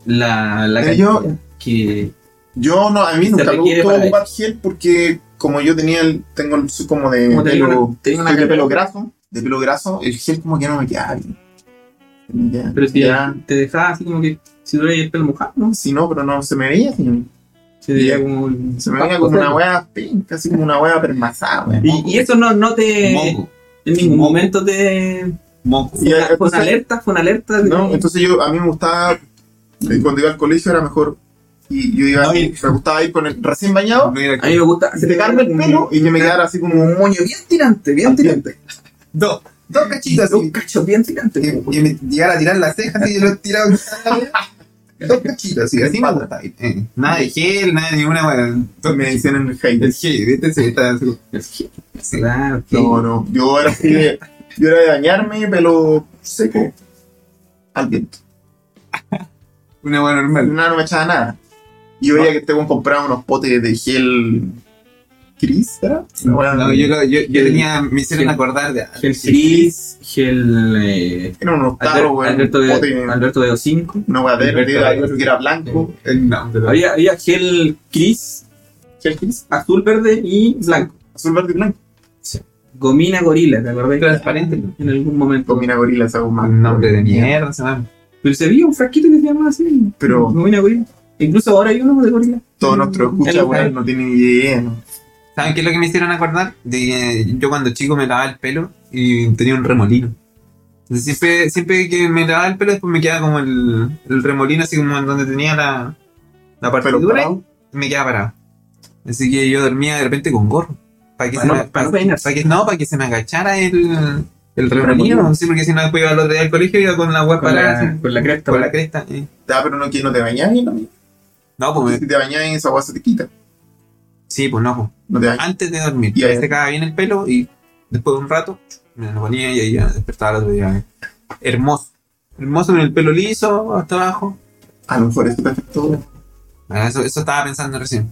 la, la
Pero yo-
cantidad que
Yo no, a mí
Se
nunca me
requiere
gustó
para
ocupar gel porque como yo tenía el, tengo el soy como de
como tenía
pelo,
una, tenía una
soy de
cantidad-
pelo graso, de pelo graso, el gel como que no me queda bien. Ya,
Pero si
ya.
te dejaba así como que si tuviera el pelo mojado, ¿no?
Si no, pero no se me veía, señor.
Se veía como. el-
Se me veía como una hueá pinca, así como una hueá permasada, weón.
Y, y eso no, no te.
Moco.
En ningún
Moco.
momento te. ah,
Moco.
Y, eh,
Fue una
entonces-
alerta, fue una alerta. de-
No, entonces yo, a mí me gustaba, eh, cuando iba al colegio era mejor, y yo iba,
No, y-
me gustaba ir con el recién bañado,
No era-
A mí me gusta.
secarme el pelo y que me quedara así como un moño bien tirante, bien tirante.
Dos. Dos cachitos
Un
así.
cacho bien tirante.
Y, y me llegara a tirar las cejas y yo lo tiraba. Dos cachitos así. Así me gusta. Eh, nada de gel, nada de ninguna hueá. Dos
Me
cachitos.
dicen en el hate.
El gel, ¿viste? Sí, está así. Sí.
Claro,
No, no, yo era así de, yo era de bañarme, pelo seco, al viento.
Una hueá normal.
No, no me echaba nada. Y yo veía que este weón compraba unos potes de gel gris, ¿verdad? Una hueá-
No, yo, lo- yo, yo
Gel-
tenía, me hicieron
gel-
acordar de ah,
Gel Cris, Gel. eh,
Era unos
Albert-
tarros, weón,
Alberto
un
de
pote,
Alberto de O5.
una hueá verde,
Alberto-
era, que era blanco.
el nombre. de la-
Había, había Gel Cris,
Gel gris,
azul, verde y blanco.
azul, verde y blanco.
Gomina Gorila, ¿te acordás?
Transparente.
En algún momento.
Combina gorila, esa goma.
Un nombre de mierda, se llama.
Pero se veía un frasquito que se llamaba así.
Pero-
Gomina Gorila. Incluso ahora hay uno de Gorila.
Todo nuestro
En
escucha,
los
weón, no tiene ni idea. ¿no?
¿Saben qué es lo que me hicieron acordar? De eh, yo cuando chico me lavaba el pelo y tenía un remolino. Entonces siempre, siempre que me lavaba el pelo después me quedaba como el, el remolino así como en donde tenía la, la
Pero
partidura
parado.
y me quedaba parado. Así que yo dormía de repente con gorro. Para que,
Para
se
no-
me,
para no
pa-
peinarse.
pa' que- no, para que se me agachara el, el remolino.
remolino.
Sí, porque si no después iba al otro día al colegio iba con la agua
Con
parada.
la,
así,
con la cresta.
con la cresta. eh.
Ya, pero no, que no te bañáis, ¿no?
No, pues
Si te bañáis, esa hueá se te quita.
sí, pues no, pues.
No te bañáis.
antes de dormir.
Ya, ya.
se secaba bien el pelo y después de un rato me lo ponía y ahí ya despertaba el otro día. Hermoso. Hermoso con el pelo liso hasta abajo.
A lo mejor eso te afectó.
Ah, Eso, eso estaba pensando recién.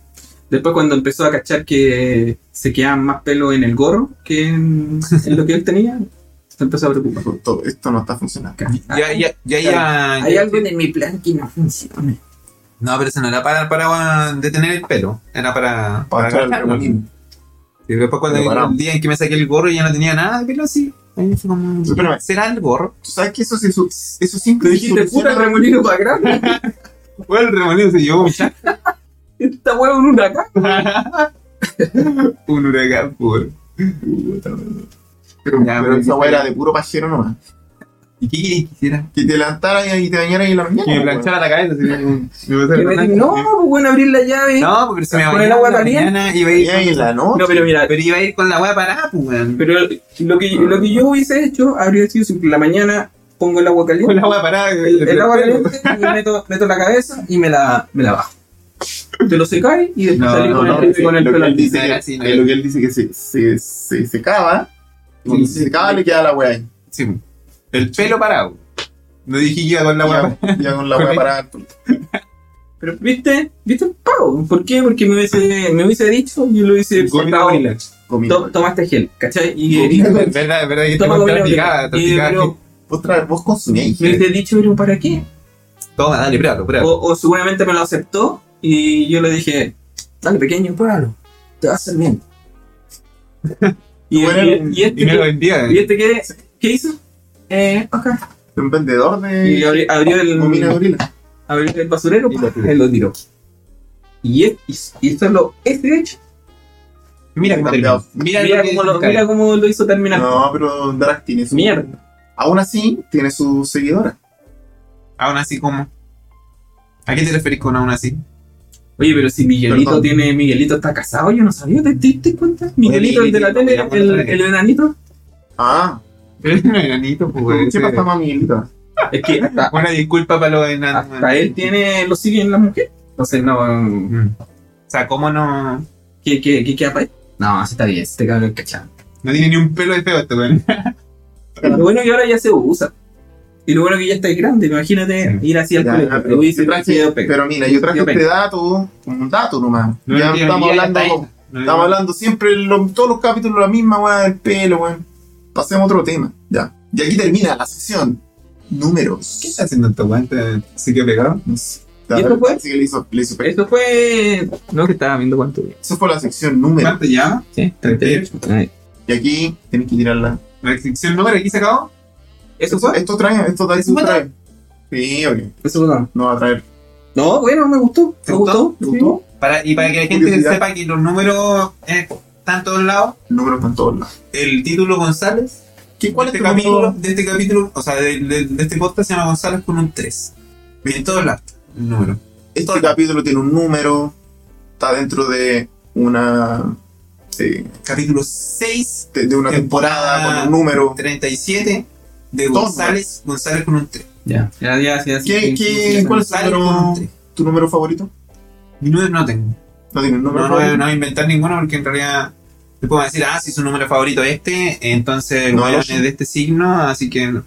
Después cuando empezó a cachar que se quedaban más pelo en el gorro que en, en lo que él tenía, se empezó a preocupar.
Mejor todo, esto no está funcionando.
Ya, ya, ya,
Ah, Claro.
ya-
Hay algo en mi plan que no funciona.
No, pero eso no era para, para ah, detener el pelo. Era para.
Para echar el
agacharlo.
remolino.
Y después cuando
Lo paramos.
el día en que me saqué el gorro y ya no tenía nada de pelo así. ahí fue como,
Espérame.
¿Será el gorro?
¿Tú sabes que eso, se su- eso siempre
Te
se
dijiste, puta
soluciona?
remolino para grande.
O el remolino se llevó un chaco,
Esta hueá en una caja.
un huracán, pobre.
Puta, weón. Uh, Pero,
Ya,
pero
pero
esa
sí.
hueá era de puro pajero nomás.
¿Y qué queréis que hiciera?
Que te levantaras y te bañaras en la mañana. pues,
Que me
weón.
planchara la cabeza. así, me- me pasara la
Que me
plancha.
di- No, pues bueno, abrir la llave. No,
eh". No, pero se me
¿Con
bañaba
el agua
en la
caliente?
mañana, iba a
Te
ir,
bañabas en la noche.
pero mira,
pero iba a ir con la weá parada, pues, weón.
pero lo que, lo que yo hubiese hecho habría sido simple. La mañana pongo el agua caliente.
Con la weá parada.
el, el agua caliente y meto, meto la cabeza y me la, me la bajo. Te lo secáis y después
No,
salís
no,
con,
no,
el,
sí,
con el
lo que
pelo
él
al
dice
No era
que,
así, no
eh,
era
lo que él dice que se, se, se secaba. y Cuando se secaba le queda la hueá ahí.
Sí, pues. el pelo parado. No dije que iba con la weá
Ya,
parada.
ya con la hueá parada.
Pero viste, viste el pago. ¿Por qué? Porque me hubiese, me hubiese dicho y yo lo hubiese
Gomina
cortado.
gorila.
Comida.
To- tomaste gel, ¿cachai? Y,
pues.
y-
Gomina
Es verdad, es verdad que te
toma
voy
gomina
picada,
gorila. Y pero
Vos, tra- vos consumíais.
me hubiese dicho, pero ¿para qué?
Toma, dale, pues, pruébalo, pruébalo.
O, o seguramente me lo aceptó y yo le dije, dale pequeño, pruébalo, te va a hacer bien. y,
Bueno,
y- y este,
Y me lo vendía.
¿Y este qué, qué hizo? Eh, acá.
Un vendedor de.
Y abri- abrió el-
Comida gorila.
Abrió el basurero
Y
y
lo
lo,
tiró.
tiró. Y, es- y- y esto es lo. Este hecho.
Mira cómo terminó.
Cambiado.
Mira,
Mira,
que-
cómo lo, mira cómo lo hizo terminar.
No, pero Darak tiene su.
Mierda.
Aún así, tiene su seguidora.
Aún así, ¿cómo? ¿A qué te referís con aún así?
Oye, pero si Miguelito
Perdón.
tiene. Miguelito está casado, yo no sabía. ¿Te te diste cuenta? Miguelito, el de la tele,
Miguelito,
el, el enanito.
Ah,
Eres un enanito, pues, weón.
¿qué pasa, mamilita?
Es que hasta,
Una disculpa para los enanos.
hasta Ah, él tiene. Lo siguen las mujeres. Entonces, no.
Mm. O sea, ¿cómo no...?
¿Qué, qué, qué queda para él? No, así está bien, este cabrón es cachado.
No tiene ni un pelo de feo esto, weón.
Lo bueno es que ahora ya se usa. Y lo bueno es que ya está grande, imagínate ir así al
Ya,
colegio.
ya,
Lo
pero,
hubiese
yo traje-
sido pe-
pero mira, yo traje
Yo
este
pena.
dato como un dato nomás.
No,
ya
no,
estamos
ya, ya
hablando,
está ahí. No,
estamos hablando siempre en lo- todos los capítulos la misma weá del pelo, weón. Pasemos a otro tema, ya. Y aquí termina la sección. Números.
¿Qué está haciendo esta weón? ¿Te- ¿Se quedó pegado?
No sé. La
¿Y esto
verdad
fue?
sí que le hizo- le hizo pe-
Esto fue. No, que estaba viendo cuánto.
Eso fue la sección números.
¿Cuánto llama?
Sí,
38.
Y aquí tenés que tirarla.
La sección número aquí se acabó.
¿Eso
Esto,
fue?
esto trae, esto da
¿Eso
esto
fue?
trae. Sí, ok.
Eso fue todo.
No va a traer.
No, bueno, me gustó.
¿Te
Me gustó.
gustó?
¿Te gustó?
Para, y para que la gente
Curiosidad.
sepa que los números eh, están en todos lados,
El número está en todos lados.
el título González
¿Qué, ¿Cuál
de
es tu
este
número?
capítulo, de este capítulo, o sea, de, de- de este podcast se llama González con un 3. En todos lados, el número.
Este capítulo tiene un número. Está dentro de una. eh,
Capítulo 6,
de, de una
Temporada.
temporada, con un número.
37 de
Todo
González, González con un 3.
Ya, ya, ya, ya. sí,
¿Qué-
sí,
qué-
sí, sí,
cuál es-
González
número?
con un 3.
¿Tu número favorito?
Mi número no tengo.
No tiene un número
No, no, voy-
favorito.
no voy a inventar ninguno porque en realidad te puedo decir, ah, si su número favorito es este, entonces el
No,
weón
no,
es
sí.
de este signo, así que no,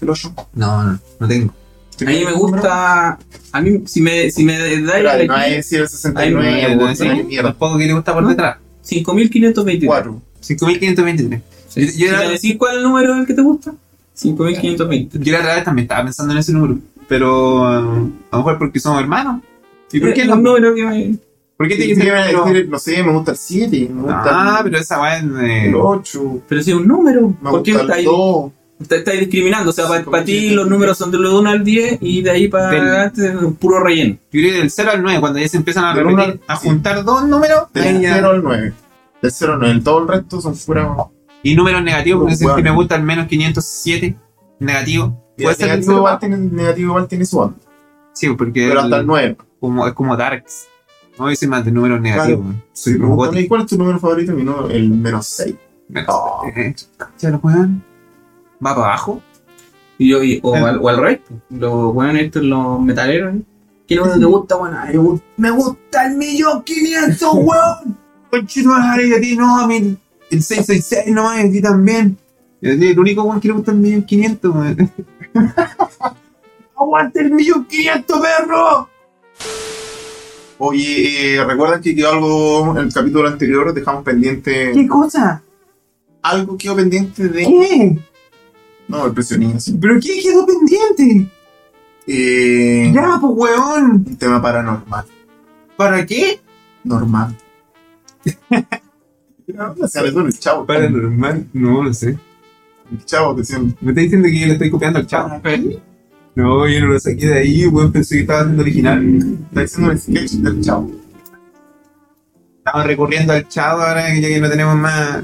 El ocho.
no, no, no tengo.
A mí me gusta. A mí, si me, si me da
Espera, no
el
es decir el
Ay,
69,
Eh,
weón,
sí,
no hay mierda.
Tampoco que le gusta por
¿No?
detrás.
5523.
4.
5523.
Sí.
Yo- yo
Si
era-
me decís cuál número es el que te gusta, 5523.
Yo la otra vez también estaba pensando en ese número, pero eh, a lo mejor porque somos hermanos. ¿Y por qué
es un
Eh, no?
número que me.
¿Por qué
Sí,
tiene
sí,
que ser
me-
número?
sí, No sé, me gusta el 7, me gusta
Ah, pero esa weá es
el
de.
8,
Pero si es un número,
me
¿por qué
gusta el
estáis
2.
estáis discriminando? O sea, para
Sí,
ti
como-
los números son de los 1 al 10 y de ahí para
Del-
adelante puro relleno.
Yo creo que del 0 al 9, cuando ya se empiezan a
Del uno
repetir,
al-
a juntar dos números
Del
ahí ya-
0 al 9. Del 0 al 9. Todo el resto son puras.
y números negativos, porque si
Bueno.
si me gusta al menos 507, negativo.
Mira,
¿Puede
el
ser del
negativo,
cero?
igual tiene, el negativo igual tiene su onda.
Sí, porque
Pero
el-
hasta el 9.
como, es como Darks. No dice más de números negativos. man.
Si me
como
preguntan,
Gotti.
¿y cuál es tu número favorito? Mi número, el menos 6.
Menos-
Oh,
eh, Ya lo juegan. Va para abajo.
Y yo, y- o,
Ah.
al, o al revés, pues. los weones estos, los metaleros. ¿eh? ¿Qué número te gusta? Bueno, ay, me gusta- me gusta el millón 500, weón.
Conchetumare, y a ti no, a mí el 666 nomás, y a ti también. Y a ti el único weón que le gusta el millón 500, weón. ¡Aguante el millón 500, perro!
Oye, eh, ¿recuerdan que quedó algo en el capítulo anterior? Dejamos pendiente.
¿Qué cosa?
Algo quedó pendiente de.
¿Qué?
No, el presionismo. sí.
¿Pero qué quedó pendiente?
Eh,
Ya, pues, weón.
Un tema paranormal.
¿Para qué?
Normal. Se le duele el chavo.
normal, no lo sé.
El chavo decían.
¿Me está diciendo que yo le estoy copiando al chavo? No, yo no lo saqué de ahí, weón. Pensé que estaba haciendo original.
Está diciendo el sketch del chavo.
Estamos recurriendo al chavo ahora que ya que no tenemos más.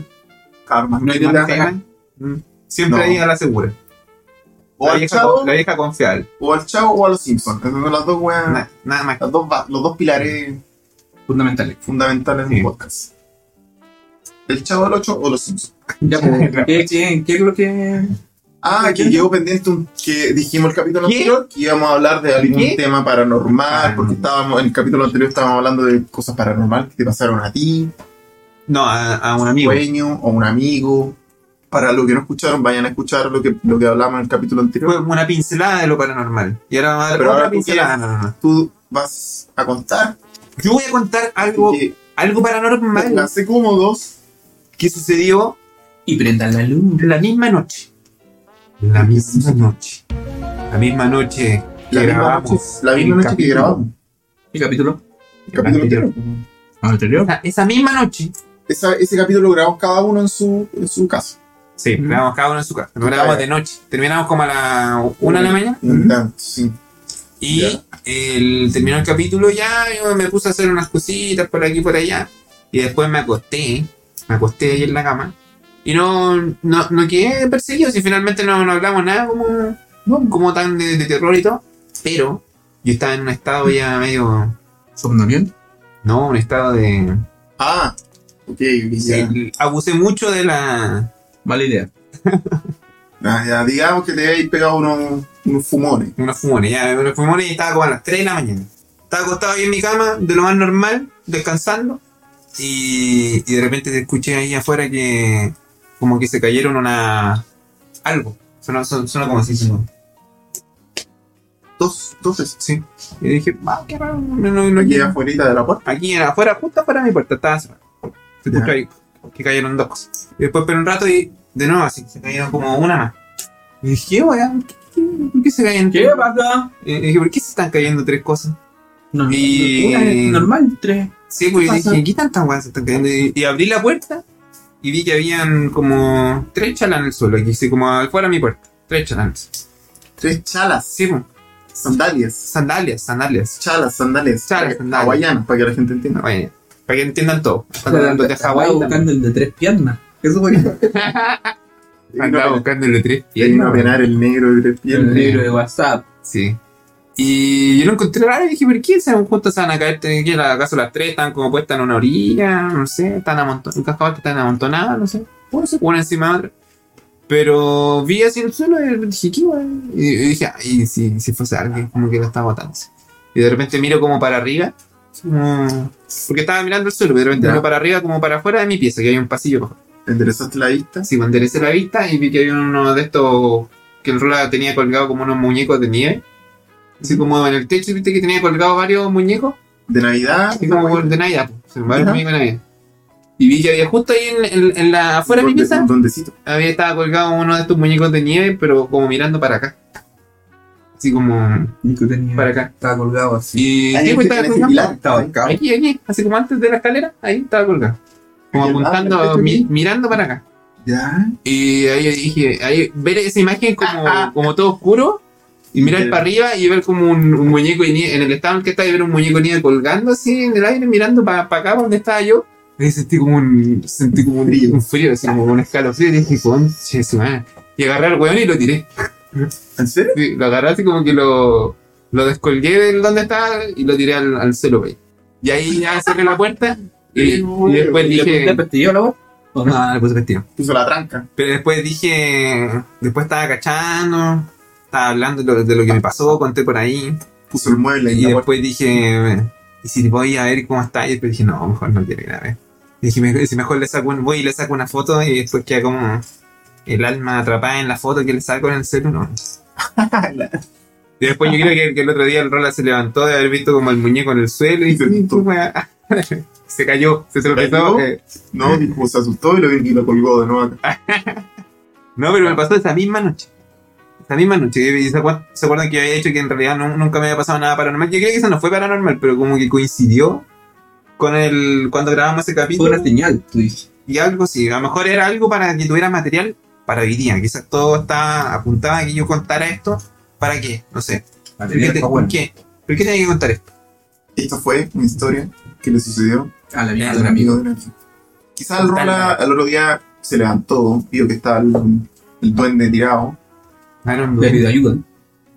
Karma.
No hay
¿Qué
más
te
tema. Mm. Siempre
No.
hay a la segura.
O
la,
al
vieja,
chavo,
la vieja confiable.
o al chavo o a los Simpsons. Esas son las dos weas.
Na- nada más.
Las dos, va- los dos pilares
Fundamentales.
fundamentales
Sí.
del podcast. El chavo del 8 o los Simpsons.
Ya, pues, ¿qué, qué, qué es lo que.?
Ah, que
¿Qué?
quedó pendiente un- que dijimos el capítulo
¿Qué?
anterior que íbamos a hablar de algún
¿Qué?
tema paranormal,
Ah,
porque
no.
estábamos, en el capítulo anterior estábamos hablando de cosas paranormales que te pasaron a ti,
No, a, a un amigo.
sueño o un amigo. Para los que no escucharon, vayan a escuchar lo que, lo que hablamos en el capítulo
Fue
anterior.
una pincelada de lo paranormal. Y ahora vamos a dar
Pero
otra
ahora tú
pincelada. Ah, No, no, no.
Tú vas a contar
Yo voy a contar algo,
que
algo paranormal
hace cómodos.
que sucedió
Y prendan la luz.
la misma noche. La misma noche. La misma noche que
La misma
grabamos.
noche, la misma
el
noche que
capítulo.
grabamos.
¿Qué capítulo?
El capítulo
anterior.
anterior.
Anterior.
Esa, esa misma noche.
Esa- ese capítulo lo grabamos cada uno en su, en su casa.
Sí,
Mm.
grabamos cada uno en su casa. Lo grabamos de noche. Terminamos como a la una de la mañana.
Ujú.
Ah, Sí.
Y
Ya.
el, terminó el capítulo ya, yo me puse a hacer unas cositas por aquí y por allá. Y después me acosté, me acosté ahí en la cama. Y no, no, no quedé perseguido, si finalmente no, no hablamos nada como, como tan de, de terror y todo. Pero yo estaba en un estado ya medio...
Somnoliento.
No, un estado de...
Ah, ok, ya.
de- abusé mucho de la...
Mala idea.
Ah, ya, digamos que te habéis pegado unos, unos fumones.
de unos fumones, ya, de unos fumones y estaba como a las 3 de la mañana. Estaba acostado ahí en mi cama, de lo más normal, descansando. Y, y de repente escuché ahí afuera que como que se cayeron una... algo. Suena, suena, suena como así. suena.
Dos, dos veces.
Sí. Y dije, va, qué raro, no, no, no
Aquí
aquí.
afuera de la puerta.
Aquí era afuera, justo afuera de mi puerta, estaba cerrado. Se escuchó
Ya.
ahí que cayeron dos cosas. Y después pero un rato y de nuevo así, se cayeron como una más. Y dije, weón, ¿qué- qué- ¿por qué se caen?
¿Qué pasa?
Eh, Y dije, ¿por qué se están cayendo tres cosas?
No,
Y-
una es normal, tres.
Sí, pues yo
¿Qué pasó?
dije, ¿qué tantas weas se están cayendo? Y, y abrí la puerta y vi que habían como tres chalas en el suelo, aquí, sí, como afuera de mi puerta. Tres chatanes.
Tres chalas,
Sí, po.
sandalias.
sandalias, sandalias.
Chalas, sandalias.
Chalas,
eh,
sandalias.
Hawaianas, para que la gente entienda.
Oye, para que entiendan todo. Están
Estaba
hablando de Hawái.
buscando el de tres piernas. Eso fue
Ah,
Y no
Andaba
penar-
buscando el de tres
y no
piernas.
penar el negro de tres
el
piernas.
libro de WhatsApp.
Sí. Y yo lo encontré raro y dije, ¿por qué se van juntas? ¿Se van a caer? ¿Tienen que ir a la casa las tres? ¿Están como puestas en una orilla? No sé, están amontonadas. Un cascabel que están amontonadas, no sé. Bueno, se una encima de otra. Pero vi así en el suelo y dije, ¿qué guay? Y y dije, ay, si, si fuese alguien, como que lo estaba botando. Y de repente miro como para arriba. como- Porque estaba mirando el suelo, pero de repente
Ya.
miro para arriba, como para afuera de mi pieza, que hay un pasillo mejor.
¿Te enderezaste la vista?
Sí, me enderecé la vista y vi que había uno de estos que el Rola tenía colgado como unos muñecos de nieve. Así como en el techo, viste que tenía colgado varios muñecos.
¿De Navidad?
Así como de Navidad, pues, po. Sí, varios
Ajá.
muñecos de Navidad. Y vi que había justo ahí en, en- en la afuera de mi
Donde-
pieza,
Dondecito.
había estaba colgado uno de estos muñecos de nieve, pero como mirando para acá. Así como
Y tú tenías.
para acá.
Estaba colgado así.
Y sí,
Ahí este
pues,
en
estaba
ese
colgado.
pilar,
Estaba
ahí.
colgado.
Aquí, aquí, así como antes de la escalera, ahí estaba colgado. Como
Y el- ah,
apuntando,
perfecto,
mi-
aquí.
mirando para acá.
Ya.
Y ahí yo dije, ahí ver esa imagen como,
Ajá.
como todo oscuro y mirar
Ya.
para arriba y ver como un, un muñeco de nieve, en el estado en el que estaba y ver un muñeco de nieve colgando así en el aire mirando para acá, para donde estaba yo. Y sentí como un, sentí como un,
Frío.
un frío, así como un escalofrío. Y dije, conche, su madre". Y agarré al weón y lo tiré.
¿En serio?
Sí, lo agarré así como que lo, lo descolgué de donde estaba y lo tiré al, al celo, wey. Y ahí ya cerré la puerta y,
Sí,
y después
weón.
¿Y le pusiste
dije...
el pestillo a la voz? ¿O no?
No, le puse castigo.
Puso la tranca.
Pero después dije, después estaba cachando, estaba hablando de lo, de lo que me pasó, conté por ahí.
Puso el mueble en
Y
la puerta.
después dije, ¿y si voy a ver cómo está? Y después dije, no, mejor no quiero ir a ver. Y dije, "Me- si mejor le saco un, voy y le saco una foto y después queda como el alma atrapada en la foto que le saco en el celular. Y después yo creo que, que el otro día el Rola se levantó de haber visto como el muñeco en el suelo y dijo, "Qué weá". se cayó, se tropezó.
cayó?
eh,
No, y como se asustó y lo, y lo colgó de nuevo acá.
No, pero me pasó esa misma noche. Esa misma noche. Y se, acuer- se acuerdan que yo había hecho que en realidad nu- nunca me había pasado nada paranormal. Yo creo que eso no fue paranormal, pero como que coincidió con el. cuando grabamos ese
Fue
capítulo.
una señal, tú dices.
Y algo sí, a lo mejor era algo para que tuviera material para hoy día. Quizás todo está apuntado a que yo contara esto. ¿Para qué? No sé. ¿Por qué? te- ¿Por qué? ¿Por qué tenía que contar esto?
Esta fue una historia que le sucedió
A la
mierda,
a un amigo de una amiga. Quizás el Rola al otro día se levantó, vio que estaba el, el duende tirado.
Ah,
Le pido ayuda.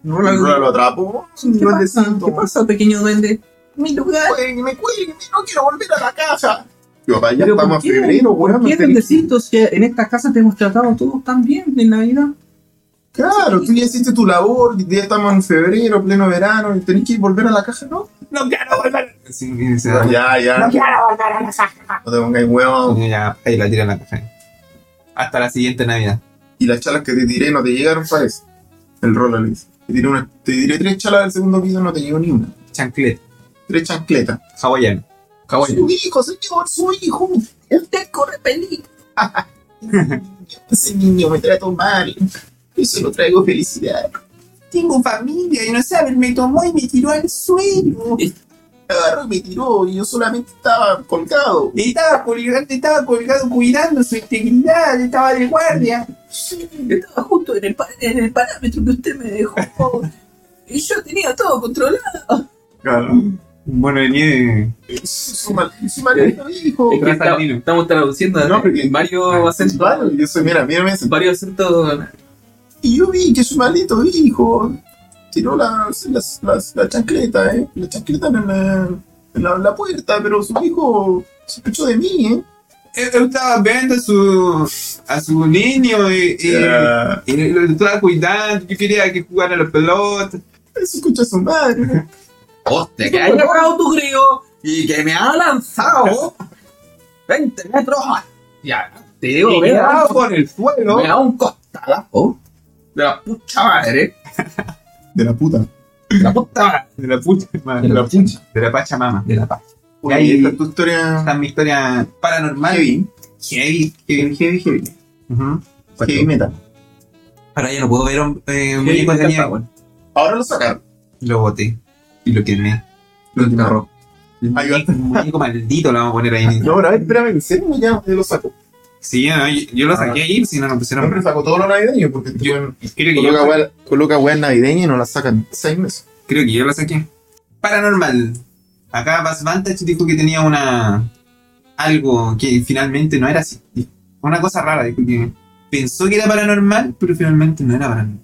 No,
El Rola lo atrapó. Es un duende santo.
¿Qué pasa, pequeño duende? Mi lugar.
Cuelguen, me cuelguen, no quiero volver a la casa. Yo, papá, ya
Pero ¿por
estamos en
qué?
febrero, weón.
¿Qué
no te-
duendecito? Si en esta casa te hemos tratado todos tan bien en Navidad.
Claro, tú ya hiciste tu labor, ya estamos en febrero, pleno verano, y tenés que ir volver a la caja, ¿no?
No quiero volver. Sí, y se-
Ya, ya. No quiero volver a la caja. No te pongas huevón.
ya, ahí la tiran la caja. Hasta la siguiente Navidad.
Y las chalas que te tiré no te llegaron, parece. El Rola le dice. Te tiré, una- te tiré tres chalas del segundo piso, no te llegó ni una.
Chanclet,
Tres chancletas.
hawaiano.
Su hijo, se llevó a su hijo.
Usted corre peligro.
Ese niño me trata mal. Yo solo traigo felicidad. Tengo familia y no saben, me tomó y me tiró al suelo.
Y-
Agarró y me tiró y yo solamente estaba colgado.
Estaba colgado, estaba colgado cuidando su integridad, estaba de guardia.
Estaba justo en el, pa- en el parámetro que usted me dejó. y yo tenía todo controlado.
Claro.
Bueno, venía
Su, su mal- su maldito hijo.
Es que está- estamos traduciendo
No, porque-
en varios
Ah,
acentos.
Claro, yo soy, mira, mírame eso.
Varios acentos.
Y yo vi que su maldito hijo tiró las, las, las- la chancleta, ¿eh? La chancleta en la, en la, la puerta, pero su hijo sospechó de mí, ¿eh?
Él él estaba viendo a su, a su niño y, y-
Eh,
y lo estaba cuidando. Yo quería que jugara a la pelota.
Eso Eh, escucha a su madre.
¡Hostia, que ha llegado tu crío y que me ha lanzado 20 metros hacia Te digo, ah, me
Y
ha
quedaba
dado,
por el suelo.
me ha dado un costalazo de la puta madre.
De la puta.
De la puta madre.
De la puta madre.
De la puta.
De la pachamama.
De la paz.
Oye,
Ahí-
esta es tu historia
Esta es mi historia paranormal.
heavy.
Heavy. heavy.
Heavy, heavy, heavy.
Ujú.
Heavy metal.
Ahora ya no puedo ver un eh,
Muy
muñeco de nieve.
bueno.
Ahora lo sacaron.
Lo boté y lo quemé.
Lo enterró.
El
Ahí va.
muñeco maldito lo vamos a poner ahí.
No, pero a ver, espérame, ¿en serio? Ya, ya lo saco.
Sí, no, yo, yo lo
Ah.
saqué ahí, si no lo
No,
pusieron.
pero sacó todo lo navideño porque este
Yo-
weón
Creo que,
coloca
yo,
weá- coloca weá navideña y no la sacan seis meses.
creo que yo lo saqué. Paranormal. Acá Bass Vantage dijo que tenía una. algo que finalmente no era así. Dijo, Una cosa rara, dijo que pensó que era paranormal, pero finalmente no era paranormal.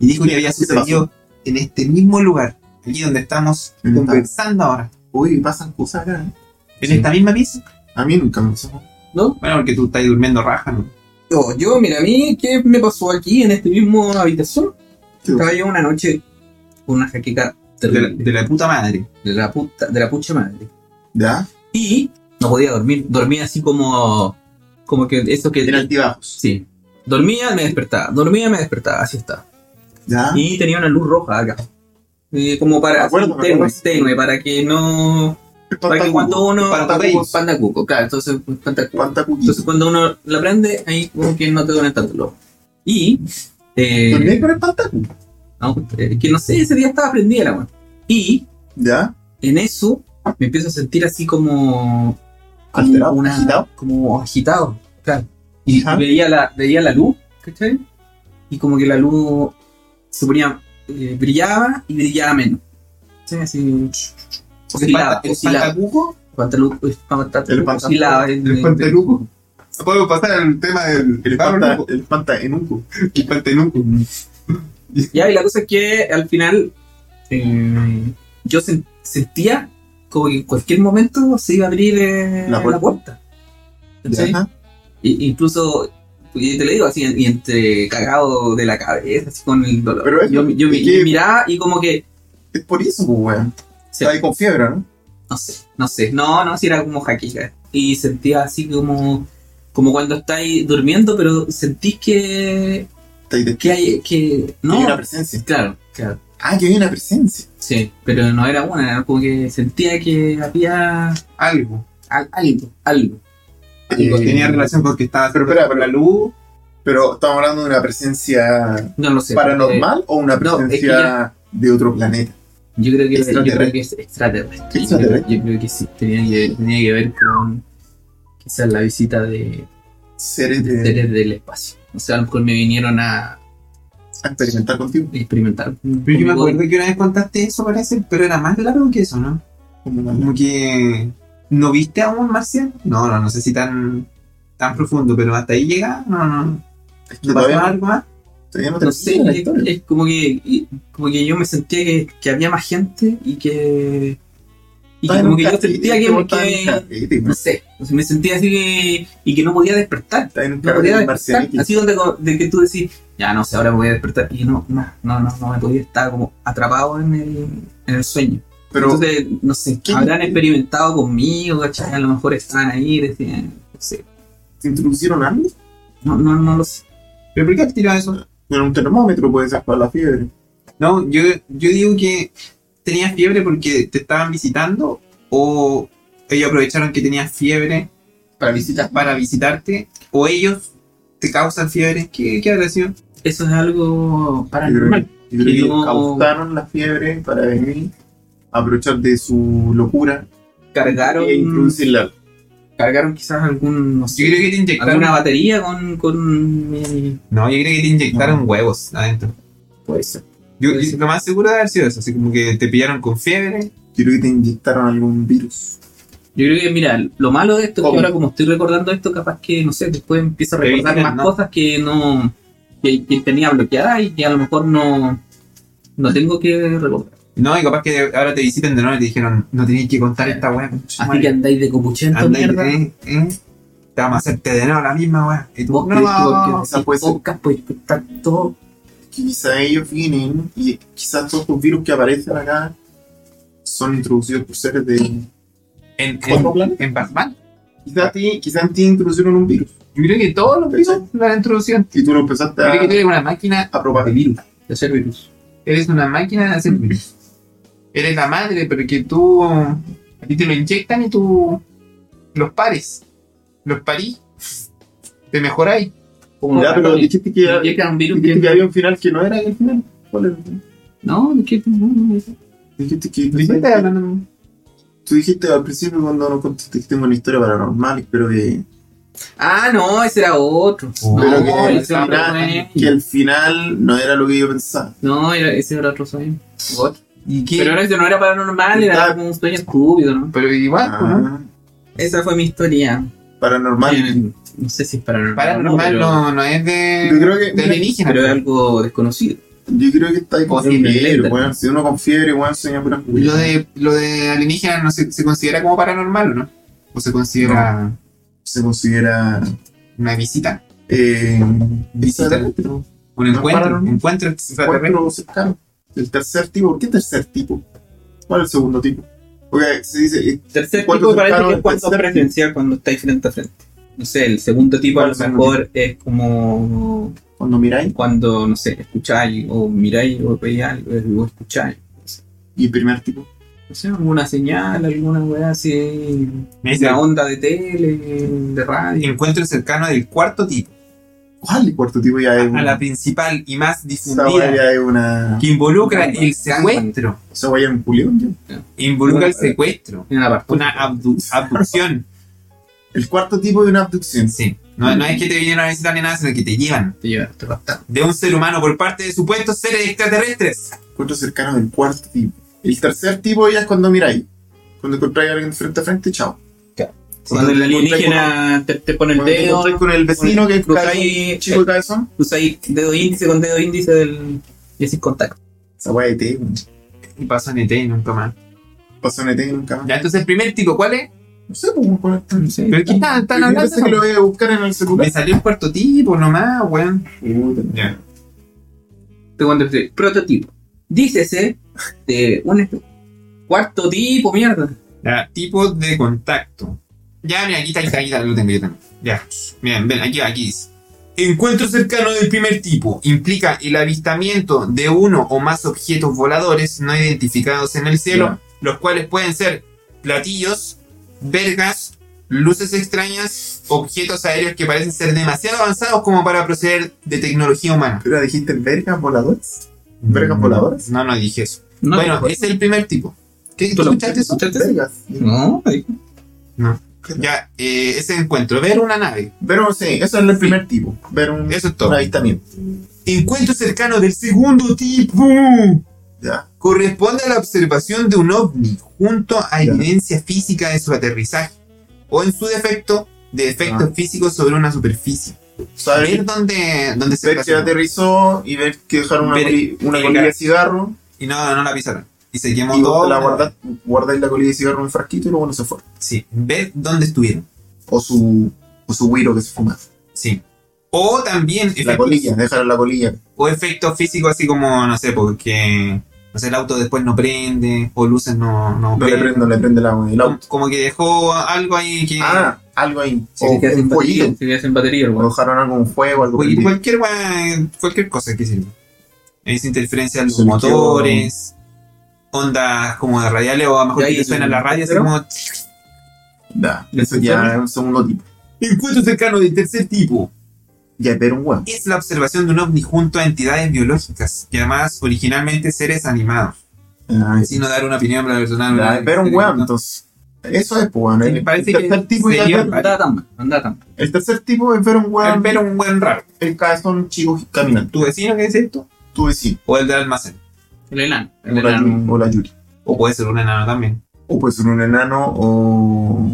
Y dijo que había
¿Qué te
sucedido en este mismo lugar, aquí donde estamos
¿En esta?
conversando ahora.
Uy, pasan cosas acá. ¿eh?
En
Sí.
esta misma pieza.
A mí nunca me pasó.
¿No?
Bueno, porque tú estás durmiendo raja, ¿no?
Yo, yo, mira, a mí, ¿qué me pasó aquí en este mismo habitación? Estaba yo una noche con una jaqueca
De la,
terrible,
de la puta madre.
de la puta, de la pucha madre.
¿Ya?
Y no podía dormir, dormía así como, como que eso que...
En altibajos.
Sí. Dormía, me despertaba, dormía, me despertaba, así estaba.
¿Ya?
Y tenía una luz roja acá. Eh, como para
Me acuerdo,
así,
me acuerdo.
tenue, tenue, para que no. Para que
Pantacuco.
cuando uno.
Pantacuco.
Pantacuco, claro, entonces. pantacuco.
Pantacuquito.
Entonces cuando uno la prende, ahí como que no te duelen tanto los ojos. Y. Eh,
¿Dormí con el pantacuco?
no, eh, que no sé, ese día estaba prendida la mano. Y
¿Ya?
en eso me empiezo a sentir así como. como
¿Alterado?
una-
¿Agitado?
Como agitado, claro. Y
Ajá.
veía la, veía la luz, ¿cachai? Y como que la luz se ponía, eh, brillaba y brillaba menos. ¿Cachai? Así.
El
Oscilaba,
panta- el
oscilaba.
pantacuco.
Cuánta luz, pues, cuánta
El
luz
pantacuco.
oscilaba. en-
El
en-
pantaluco. Podemos pasar al tema del
El panta,
panta-
el panta enuco.
el pantaluco.
Ya, y la cosa es que al final eh, yo sen- sentía como que en cualquier momento se iba a abrir eh,
La
la
puerta.
puerta.
¿Ya?
¿Cachai? Y- incluso, y te lo digo así, y entre cagado de la cabeza, así con el dolor.
Pero es-
yo yo
es
mi-
que-
miraba y como que,
Es por eso, pues, weón.
Sí.
Está ahí con fiebre, ¿no?
no sé, no sé, no, no, si era como jaquica. Y sentía así como, como cuando estáis durmiendo, pero sentís que,
Está ahí de
que hay, que,
que hay
no,
una presencia.
claro, claro.
Ah, que hay una presencia.
Sí, pero no era una, era como que sentía que había
Algo.
al- algo, algo.
Eh,
tenía relación porque
Ah,
estaba
pero espera, pero-
la luz.
Pero estamos hablando de una presencia
No lo sé.
paranormal o una
no, es que
presencia de otro planeta.
Eh, yo, creo que, yo
Extraterrestre.
creo que es extraterrestre. Yo creo,
Extraterrestre.
yo creo que sí, tenía que, tenía que ver con quizás la visita de
Seres
de
de,
seres del espacio. O sea, a lo mejor me vinieron a
a experimentar contigo.
experimentar.
Pero yo me
conmigo.
acuerdo que una vez contaste eso, parece, pero era más largo que eso, ¿no?
Como una-
Como que. ¿No viste a un marciano? No, no, no sé si tan. tan profundo, pero hasta ahí llega. No, no.
Es que
¿No pasó
todavía,
algo más?
todavía no
No
termina
sé,
la
es,
historia.
es como que y- como que yo me sentía que, que había más gente y que y que
Todavía
como que
nunca-
yo sentía que,
como
que-
estaba en un carrete,
no
weón.
sé, o sea, me sentía así que, y que no podía despertar.
Estaba en un
No
carrete
podía
de
despertar.
marcianitos.
Así donde co- de que tú decís, ya no sé, ahora me voy a despertar. Y no, no, no, no, no me podía estar como atrapado en el, en el sueño.
Pero
Entonces, no sé,
¿Qué-
habrán experimentado conmigo, ¿cachai? A lo mejor estaban ahí, decían, no sé,
¿se introducieron algo?
no, no, no lo sé.
¿Pero por qué has tirado eso?
Bueno, un termómetro puede ser para la fiebre.
No, yo, yo digo que tenías fiebre porque te estaban visitando o ellos aprovecharon que tenías fiebre
Para visitar.
para visitarte o ellos te causan fiebre. ¿Qué, qué habrá sido?
Eso es algo
Yo creo
paranormal.
que- yo creo que
Yo-
causaron la fiebre para venir, aprovechar de su locura
Cargaron,
e introducirla.
cargaron quizás algún, no sé,
Yo creo que te inyectaron.
alguna batería con, con mi...
No, yo creo que te inyectaron huevos adentro.
Puede ser.
Yo,
Puede
yo-
ser.
lo más seguro de haber sido eso, así como que te pillaron con fiebre.
Yo creo que te inyectaron algún virus.
Yo creo que, mira, lo malo de esto es
¿Cómo?
que ahora como estoy recordando esto, capaz que, no sé, después empiezo a
Te
recordar
vigilan,
más
¿no?
cosas que no... Que, que tenía bloqueadas y que a lo mejor no... No tengo que recordar.
No, y capaz que ahora te visiten de nuevo y te dijeron, no tenéis que contar esta weá.
Así que andáis de copuchento,
Anda y-
mierda.
eh, eh, Te vamos a hacerte de nuevo la misma weá. Y tú,
Vos crees que
no,
porque decís
puede ser.
podcast, pues está todo...
Quizás ellos vienen y quizás todos los virus que aparecen acá son introducidos por seres de.
en,
¿Otro plan?
en, en Batman.
Quizás a ti, quizás a ti introducieron un virus
Yo creo que todos los virus lo han introducido. en ti.
y tú lo empezaste
Yo creo que tú
a,
eres una máquina
a
de
propagar.
virus.
De ser virus.
Eres una máquina de hacer virus. Eres la madre, porque tú. A ti te lo inyectan y tú. Los pares. Los parís. Te mejoráis.
Como
Ya,
la-
pero
como-
dijiste que,
como llega un virus
dijiste
que-
que había un final que no era el final. ¿Cuál era el final?
No, que...
Dijiste que.
Dijiste hablando.
Tú dijiste al principio cuando nos contaste que tengo una historia paranormal, espero que
Ah, no, ese era otro.
Oh.
no,
Pero que, al
ese era otro
final,
sueño.
que al final no era lo que yo pensaba.
No, era- ese era otro sueño.
¿Y qué?
Pero
Pero,
no, ese no era paranormal, era
Está-
como un sueño estúpido, ¿no?
igual, pues, ¿no?
Ah,
Esa fue mi historia.
paranormal.
Eh, No sé si es paranormal.
Paranormal
pero-
no, no es de,
Yo creo que-
de pues. alienígena.
Pero es algo desconocido.
Yo creo que está ahí con
Posible,
fiebre,
lenta.
weón. Si uno con fiebre, weón, sueña puras
lo, de, lo de alienígena no se, se considera como paranormal, ¿o ¿no? ¿O se considera
Se considera.
una visita?
Eh,
Visita.
extraterrestre.
Un
No,
encuentro,
paranormal.
encuentro extraterrestre.
Cuatro cercanos. El tercer tipo. ¿Por qué tercer tipo? ¿Cuál es el segundo tipo? Porque se dice. eh,
Tercer
¿Cuánto
tipo parece
cercano
que
al
es cuando
tercer
presencial, cuando estáis frente a frente. No sé, el segundo tipo a
¿Cuál
lo
es el
mejor es como
Cuando miráis.
cuando, no sé, escucháis o miráis o veis algo o escucháis.
Y el primer tipo.
No sé, alguna señal, alguna weá así.
Me dice,
Una onda de tele, de radio.
encuentro cercano del cuarto tipo
¿Cuál? El cuarto tipo ya
a
es.
a la
una-
principal y más
Esa weá
difundida
ya es una.
que involucra
Gangban.
el secuestro,
Esa weá ya es un culión, ya.
involucra el
Gangban.
secuestro,
En la parte.
una abdu- abducción.
El cuarto tipo de una abducción.
Sí. No, no es que te vienen a visitar ni nada, sino que te llevan
Te lleva, te rapta.
de un ser humano por parte de supuestos seres extraterrestres.
Encuentros cercanos del cuarto tipo. El tercer tipo ya es cuando miráis. Cuando encontráis a alguien frente a frente, chao.
Cuando el
te encontráis
alienígena te, te pone el
Cuando te
dedo,
encontráis con el vecino que es
cruzáis eh,
chico de cabezón.
cruzáis dedo índice con dedo índice del. Y así contacto.
Esa weá de té, weón.
Y pasó en ET y nunca más.
Pasó en ET nunca más.
Ya, entonces el primer tipo, ¿cuál es?
No sé pues, cómo poner esto.
No sé.
¿Pero qué están, están
Yo
hablando?
pensé que lo voy a buscar en el
Me
celular.
salió el cuarto tipo nomás, weón.
Puta.
Ya.
Te cuento este prototipo. Dícese de un est- cuarto tipo, mierda.
Ya, tipos de contacto. Ya, mira, aquí está, aquí está, aquí está, lo tengo yo también. Ya, miren, ven, aquí va, aquí dice. Encuentro cercano del primer tipo implica el avistamiento de uno o más objetos voladores no identificados en el cielo,
Ya.
los cuales pueden ser platillos, vergas, luces extrañas, objetos aéreos que parecen ser demasiado avanzados como para proceder de tecnología humana. Mm,
Pero dijiste vergas voladores. ¿Vergas voladoras?
No, no dije eso.
No
bueno,
te-
es el primer tipo. ¿Qué,
¿Tú
¿tú
lo-
escuchaste eso?
escuchaste eso?
Vergas.
No, dijo.
Ya, eh, ese encuentro, ver una nave.
Pero sí, eso es el primer tipo. Ver un,
Eso es todo.
un avistamiento.
Encuentro cercano del segundo tipo.
Ya.
Corresponde a la observación de un ovni junto a
Ya.
evidencia física de su aterrizaje o en su defecto de
Ah.
efectos físicos sobre una superficie.
Saber
ver dónde, dónde se
ver que
estacionó.
aterrizó y ver que dejaron una,
Ver-
coli- una
el
colilla de
gas.
cigarro
y no, no la pisaron. Y se quemó
y vos
todo.
te la guardas, guardáis la colilla de cigarro en un frasquito y luego no se fue.
Sí, ver dónde estuvieron.
O su, o su güiro que se fuma.
Sí. O también
La
efectos,
colilla, dejaron la colilla.
o efectos físicos así como, no sé, porque no sé, el auto después no prende o luces no,
No
no,
le
prenden.
prende, no le prende la, el auto.
Como que dejó algo ahí que.
Ah, algo ahí.
Si
o
te quedas
un
sin batería,
pollito.
si te quedas sin batería, el
O
weón.
dejaron algo, un fuego, algo
Cual-
prendido.
cualquier, gua- cualquier cosa que sirva. Es interferencia de los
Se me quedó-
motores, ondas como de radiales o a lo mejor
Ya,
que
y
te suena
el-
la radio, así
¿pero?
como.
Da, eso ya es un segundo tipo.
Encuentro cercano del tercer tipo
Ya es ver un huevo.
es la observación de un ovni junto a entidades biológicas, llamadas originalmente seres animados.
Ah, es-
Sin no dar una opinión para la persona. no-
ya es ver un
no-
huevo, entonces. Eso es, pues, bueno,
Sí,
el,
parece
el tercer
que
tipo ya es
sería-
ver-
No andaba tan mal, no andaba tan mal.
el tercer tipo es ver un
es
huevo,
ver un buen raro.
el cabezón chico caminando.
¿Tu vecino que es esto?
Tú decís,
O el del almacén.
El enano, el
hola,
enano.
Yu- hola Yuri.
O puede ser un enano también.
O pues un enano o.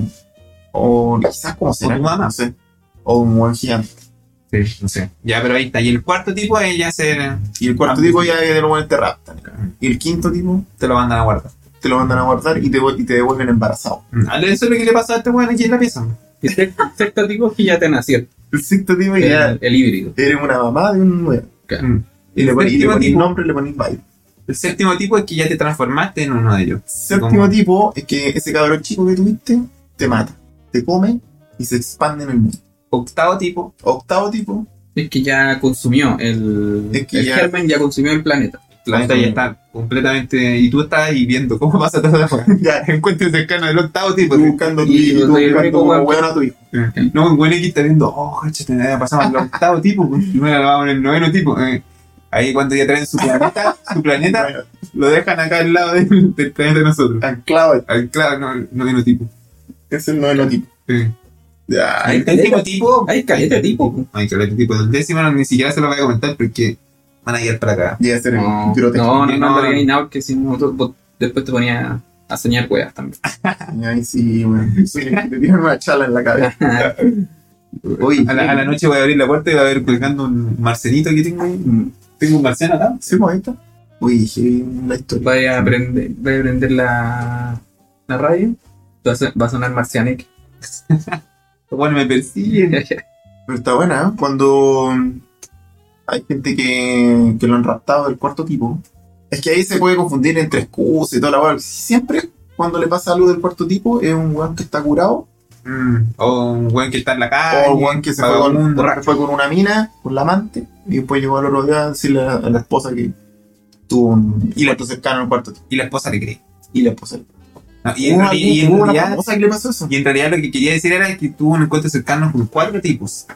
O quizás como será.
tu mamá.
No sé. O un buen gigante.
Sí, no sé. Ya, pero ahí está. Y el cuarto tipo es ya ser.
Y el cuarto
Ah,
tipo ya de nuevo te raptan. cabrón. Y el quinto tipo
Te lo mandan a guardar.
te lo mandan a guardar y te, vu- y te devuelven embarazado.
Ah, Eso es lo que le pasó a este weón aquí en la pieza.
Y el sexto- sexto tipo es que ya te nació.
El sexto tipo ya
El, el híbrido.
eres una mamá de un nuevo.
Mm.
Y le
El
pon- y le
séptimo
pones
tipo-
nombre y le pones baile.
El séptimo tipo es que ya te transformaste en uno de ellos.
El séptimo
¿Cómo?
tipo es que ese cabrón chico que tuviste te mata, te come y se expande en el mundo.
Octavo tipo,
Octavo tipo,
Es que ya consumió el,
Es que
el
ya-
germen, ya consumió el planeta.
el planeta ya está completamente. Y tú estás ahí viendo cómo pasa todo la weá.
ya
Encuentro cercano del octavo tipo.
tú buscando a tu
y
hijo, tú
donde el
buscando
único
como
hueón-
hueón a tu hijo.
No, un buen X está viendo, oh, coche, te había pasado al octavo tipo. pues, Y bueno, vamos en el noveno tipo. eh. Ahí cuando ya traen su planeta, su planeta,
Bueno,
lo dejan acá al lado del, del planeta de nosotros.
Anclado,
Al claro, no, noveno tipo.
es el noveno tipo.
Eh.
Ya,
Hay
caleta.
caleta tipo.
Hay caleta de tipo.
Hay caleta este tipo. El décimo ni siquiera se lo voy a comentar porque van a ir para acá.
llega a ser
No,
grotesco.
no, no,
no,
no,
no.
no, nada porque si no, tú- vos después te ponía a soñar weas también.
Ay, sí, weón. Sí, te tiran una chala en la cabeza.
Hoy, a la, a la noche voy a abrir la puerta y va a haber colgando un marcenito que tengo ahí.
Mm.
Tengo un marciano acá.
¿Sí, pues, ahí está? Uy, qué la historia.
Vaya a aprender, vaya a aprender la, la radio. Va a, ser- va a sonar Marcianic.
Bueno, me persiguen.
Pero está buena, ¿eh? Cuando mm, hay gente que, que lo han raptado del cuarto tipo. Es que ahí se puede confundir entre excusas y toda la weá. Siempre cuando le pasa algo del cuarto tipo es un weón que está curado
Mm, o un weón que está en la calle.
o un weón que se fue con,
vagabundo.
se fue con una mina, con la amante, y después llegó al otro día a decirle a a la esposa que tuvo un
Y la-
encuentro cercano al cuarto tipo.
Y la esposa le cree.
Y la esposa.
No, y, en
Hubo
realidad- y
alguien-
en
hubo una
realidad,
famosa que le pasó eso.
y en realidad lo que quería decir era que tuvo un encuentro cercano con cuatro tipos.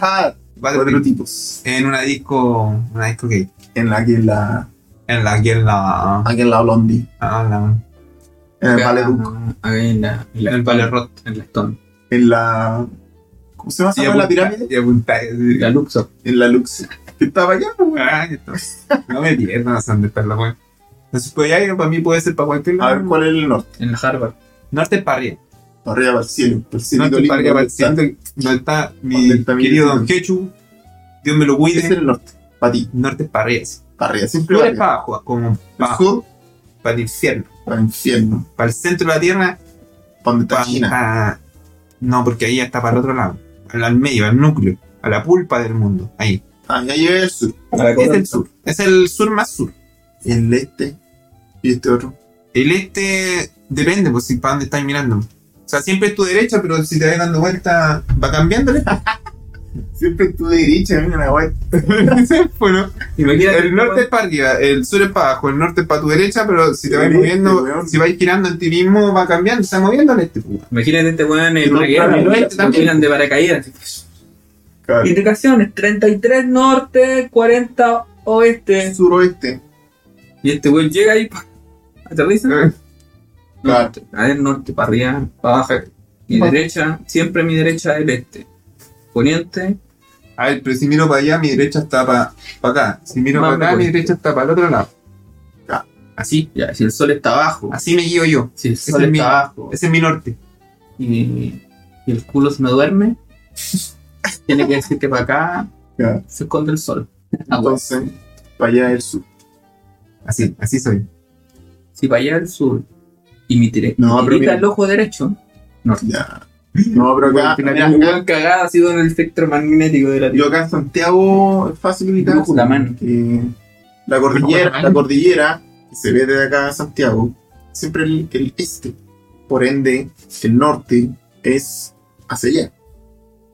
Ah,
Cuatro
Cuatro tipos.
tipos. En una disco. Una disco gay.
En la que la.
En la que en la.
Aquí en la Blondie.
ah, la-
En el Baleduc.
Ah, Ahí en la, en la,
En el Valerrot.
en la Stone.
En la. ¿Cómo se llama esa
Y
weá? Ah, la
apunta-
pirámide?
Y apunta. así.
La Luxor.
En la Lux. Que estaba allá.
Ah, que to- No me pierdan a San de Perla, weón. Entonces, pues ya, para mí puede ser para cualquier
A
lado.
ver cuál es el norte.
En la Harvard.
Norte es para arriba.
Para arriba para el cielo. Para el cielo
Norte es
lindo,
para arriba, para el
¿dónde está?
centro, donde está mi
¿Dónde está mi
querido
vecino?
Don Quechu. Dios me lo cuide.
Ese es el norte. Para ti.
Norte es para arriba. sí.
Para arriba. Siempre
Sur
para
es
arriba.
para abajo, como
El
para,
sur.
para el infierno.
Para el infierno.
Para el centro de la
Para
tierra,
donde está
para.
China.
para- no, porque ahí ya está para el otro lado. Al, al medio, al núcleo. A la pulpa del mundo. Ahí.
Ah, ya llegué el sur.
Es el sur. Es el sur más sur.
El este. Y este otro.
El este depende, pues si para dónde estás mirando. O sea, siempre es tu derecha, pero si te vas dando vuelta, va cambiando el este.
Siempre tu derecha, mira la weá.
bueno, el norte es para arriba, el sur es para abajo, el norte es para tu derecha, pero si te vas
Este,
moviendo,
weón.
si vas girando en ti mismo, va cambiando, se va moviendo al este. pues.
Imagínate este weón
Y
en una
no,
guerra.
claro,
lo
no,
tiran
también.
de paracaídas.
Claro.
Indicaciones: 33 norte, 40 oeste.
Suroeste.
Y este weón llega ahí. pa, Aterriza.
Eh.
Claro.
A ver, norte, para arriba, para abajo. Mi
Va.
derecha, siempre mi derecha es el este. Poniente,
A ver, pero si miro para allá, mi derecha está para acá. Si miro
Más
para acá,
me
mi
cuesta.
derecha está para el otro lado.
Ya.
Así,
ya, si el sol está abajo,
así me guío yo.
si el
Ese
sol
es mi-
está abajo
Ese es mi norte.
y, y el culo se me duerme, tiene que decir que para acá
Ya.
se esconde el sol. Ah, bueno.
Entonces, para allá el sur.
Así, así soy.
Si para allá al sur y mi tire-
No,
mi
pero
tirita
mira.
al ojo derecho,
Ya. No, pero acá.
Bueno,
mira,
una
acá-
cagada ha sido en el espectro magnético de la
Yo acá en Santiago es fácil ubicar
Brujo la mano.
que la
Brujo la
cordillera,
mano.
la cordillera que se ve desde acá a Santiago, siempre el, el este. Por ende, el norte es hacia allá.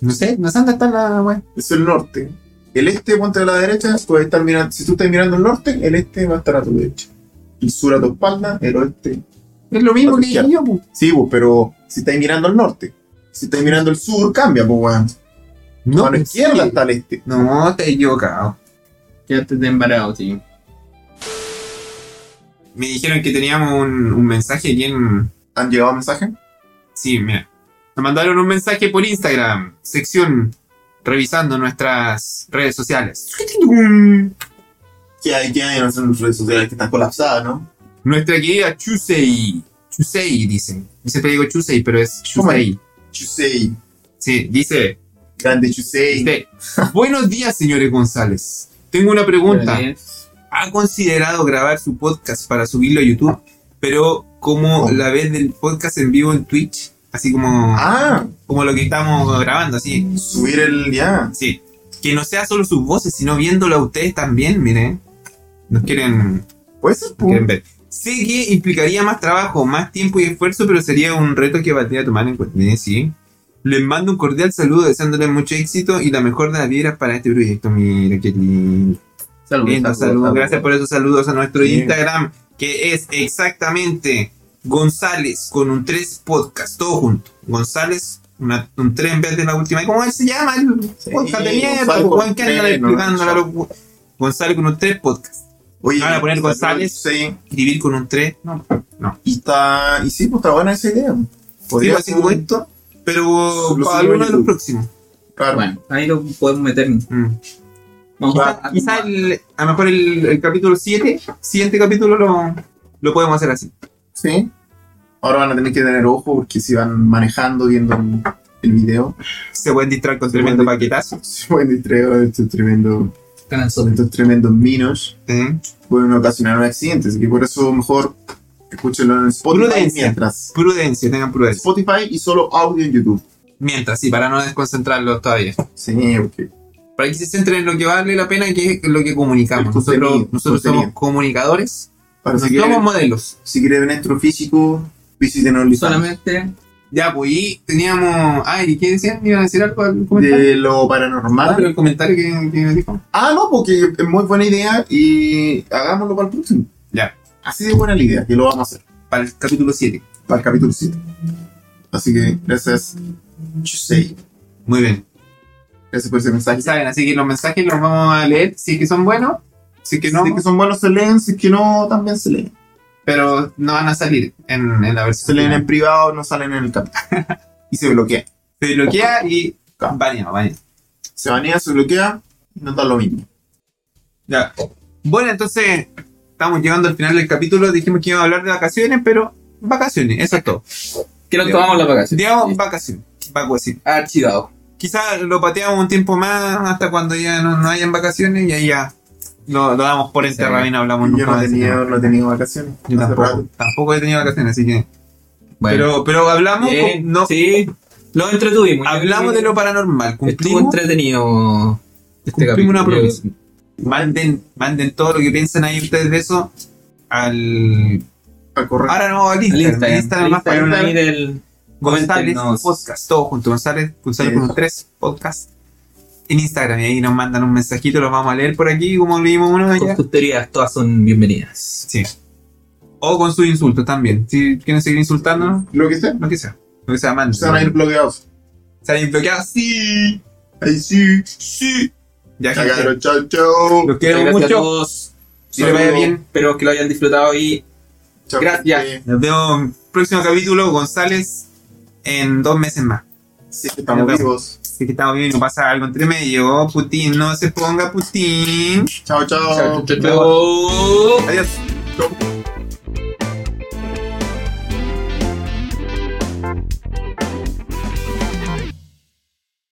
No sé, no sé dónde está la weá.
Es el norte. El este, ponte a la derecha, puede estar mirando. Si tú estás mirando el norte, el este va a estar a tu derecha. El sur a tu espalda, el oeste.
Es lo mismo
Para
que
la izquierda.
yo, pues.
Sí, pues, pero si estás mirando al norte, si estás mirando el sur, cambia, pues, weón.
No,
a la
pues,
izquierda
sí.
está el este.
No, te he equivocado.
Ya te he embarado, tío.
Me dijeron que teníamos un, un mensaje aquí en.
¿Han llegado mensajes?
Sí, mira. Nos mandaron un mensaje por Instagram, sección revisando nuestras redes sociales.
Que hay, que hay, no sé, en las redes sociales que están colapsadas, ¿no?
Nuestra querida Chusei. Chusei, dicen. Yo siempre digo Chusei, pero es
¿Cómo es?
Chusei.
Chusei,
Sí, dice.
grande Chusei.
Dice, Buenos días, señores González. Tengo una pregunta. ¿Ha considerado grabar su podcast para subirlo a YouTube? Pero como la vez del podcast en vivo en Twitch, así como,
Ah, Mm.
como lo que estamos grabando, así.
subir el ya.
Sí. Que no sea solo sus voces, sino viéndolo a ustedes también, miren. Nos quieren,
Puede ser,
nos
po.
quieren ver. Sé que implicaría más trabajo, más tiempo y esfuerzo, pero sería un reto que valdría tomar en cuenta. Eh, Sí. Les mando un cordial saludo, deseándoles mucho éxito y la mejor de las vibras para este proyecto. Mira qué lindo.
Saludos,
Lindo, saludos.
saludos, saludos.
Gracias por esos saludos a nuestro
Sí.
Instagram, que es exactamente González con un 3 podcast, todo junto. González, una- un 3 en vez de la última. ¿Cómo él se llama? El
Sí,
podcast de mierda,
González
pues,
con
weón, que
tres,
andan
no,
explicando
no.
a los we- González con un 3 podcast.
Oye,
Van a poner
saludos,
González.
Chusei.
Escribir con un 3. No,
Y está. Y sí, pues está buena esa idea.
Sí,
Podría
así
ser
como
un,
esto. Pero
Lo subimos
para alguno
a
de los
YouTube.
próximos.
Claro.
Bueno, ahí lo podemos meter.
Mm.
Vamos
Quizá-
a,
Quizá el- a lo mejor el, el capítulo 7, siguiente capítulo lo, lo podemos hacer así.
Sí. Ahora van a tener que tener ojo porque si van manejando, viendo el- el video,
Se pueden distraer con
Se
tremendo
pueden
paquetazo.
se pueden distraer de estos tremendos, de estos tremendos minos.
¿eh?
Pueden ocasionar un accidente, así que por eso mejor escúchenlo en Spotify
Prudencia.
mientras.
Prudencia, tengan prudencia.
Spotify y solo audio en YouTube.
Mientras, sí, para no desconcentrarlos todavía.
Sí, ok.
Para que se centren en lo que vale la pena, que es lo que comunicamos.
El contenido,
Nosotros, nosotros
contenido.
somos comunicadores,
Para
no
si quieren,
somos modelos.
si quieren ver nuestro físico, visiten OnlyFans.
solamente
Ya, pues, y teníamos. Ay, ¿y ¿qué decían? ¿Iban a decir algo al comentario?
De lo
Ah, pero
paranormal.
el comentario que, que me dijo.
Ah, no, porque es muy buena idea y hagámoslo para el próximo.
Ya.
Así de buena la idea, que lo vamos a hacer.
Para el capítulo 7.
para el capítulo 7. Así que gracias, Chusei.
Muy bien.
Gracias por ese mensaje.
Ya saben, así que los mensajes los vamos a leer si es que son buenos, si es que
Si
no,
es que son buenos se leen, si es que no, también se leen.
pero no van a salir en, en la
Se
versión.
leen
final.
en privado, no salen en el capítulo. y se bloquea.
Se bloquea y baneado, baneado.
Se banea, se bloquea y nos da lo mismo.
Ya. Bueno, entonces estamos llegando al final del capítulo. Dijimos que íbamos a hablar de vacaciones, pero vacaciones, eso es todo.
que nos tomamos las vacaciones.
Digamos
Sí.
vacaciones, vacaciones.
Archivado.
Quizás lo pateamos un tiempo más hasta cuando ya no, no hayan vacaciones y ahí ya lo, lo damos por enterrado y no hablamos
yo
nunca
no he
más de ese tema.
tenido, no he tenido vacaciones.
Yo
Hace
tampoco,
rato.
tampoco he tenido vacaciones, así que.
Bueno,
Pero, pero hablamos,
Bien,
con- no,
sí, lo entretuvimos. Yo
Hablamos
creo
de
que
lo paranormal,
Estuvo
cumplimos.
entretenido este
Cumplimos
capítulo.
una promesa. Manden, manden todo lo que piensan ahí ustedes de eso al.
Para correr.
Ahora no, al
Al
Instagram. Al
Instagram,
Instagram,
al
más para
Instagram ahí
Instagram.
del
González
coméntenos.
Podcast, todo junto. González, González
Sí.
con tres podcast en Instagram. Y ahí nos mandan un mensajito, los vamos a leer por aquí, como leímos uno
Con
allá.
sus teorías, todas son bienvenidas.
Sí. O con sus insultos también. Si quieren seguir insultándonos,
Lo que sea.
lo que sea. Lo que sea, manden.
Se van a ir bloqueados.
Se van a ir bloqueados. Sí.
Ahí sí.
Sí. Ya,
Ya,
gente.
cabrón, chao, chao.
Los
Muchas
quiero
gracias a
mucho.
todos.
Que les vaya
Saludos.
bien.
Espero que lo hayan disfrutado y
Chao,
Gracias.
gente.
Nos vemos en el próximo capítulo, González, en dos meses más.
Sí, estamos
Nos vemos.
vivos.
Así que estamos bien, no pasa algo entre medio. Putin, no se ponga Putin.
Chao, chao.
chao, chao, chao.
Adiós.
Chao.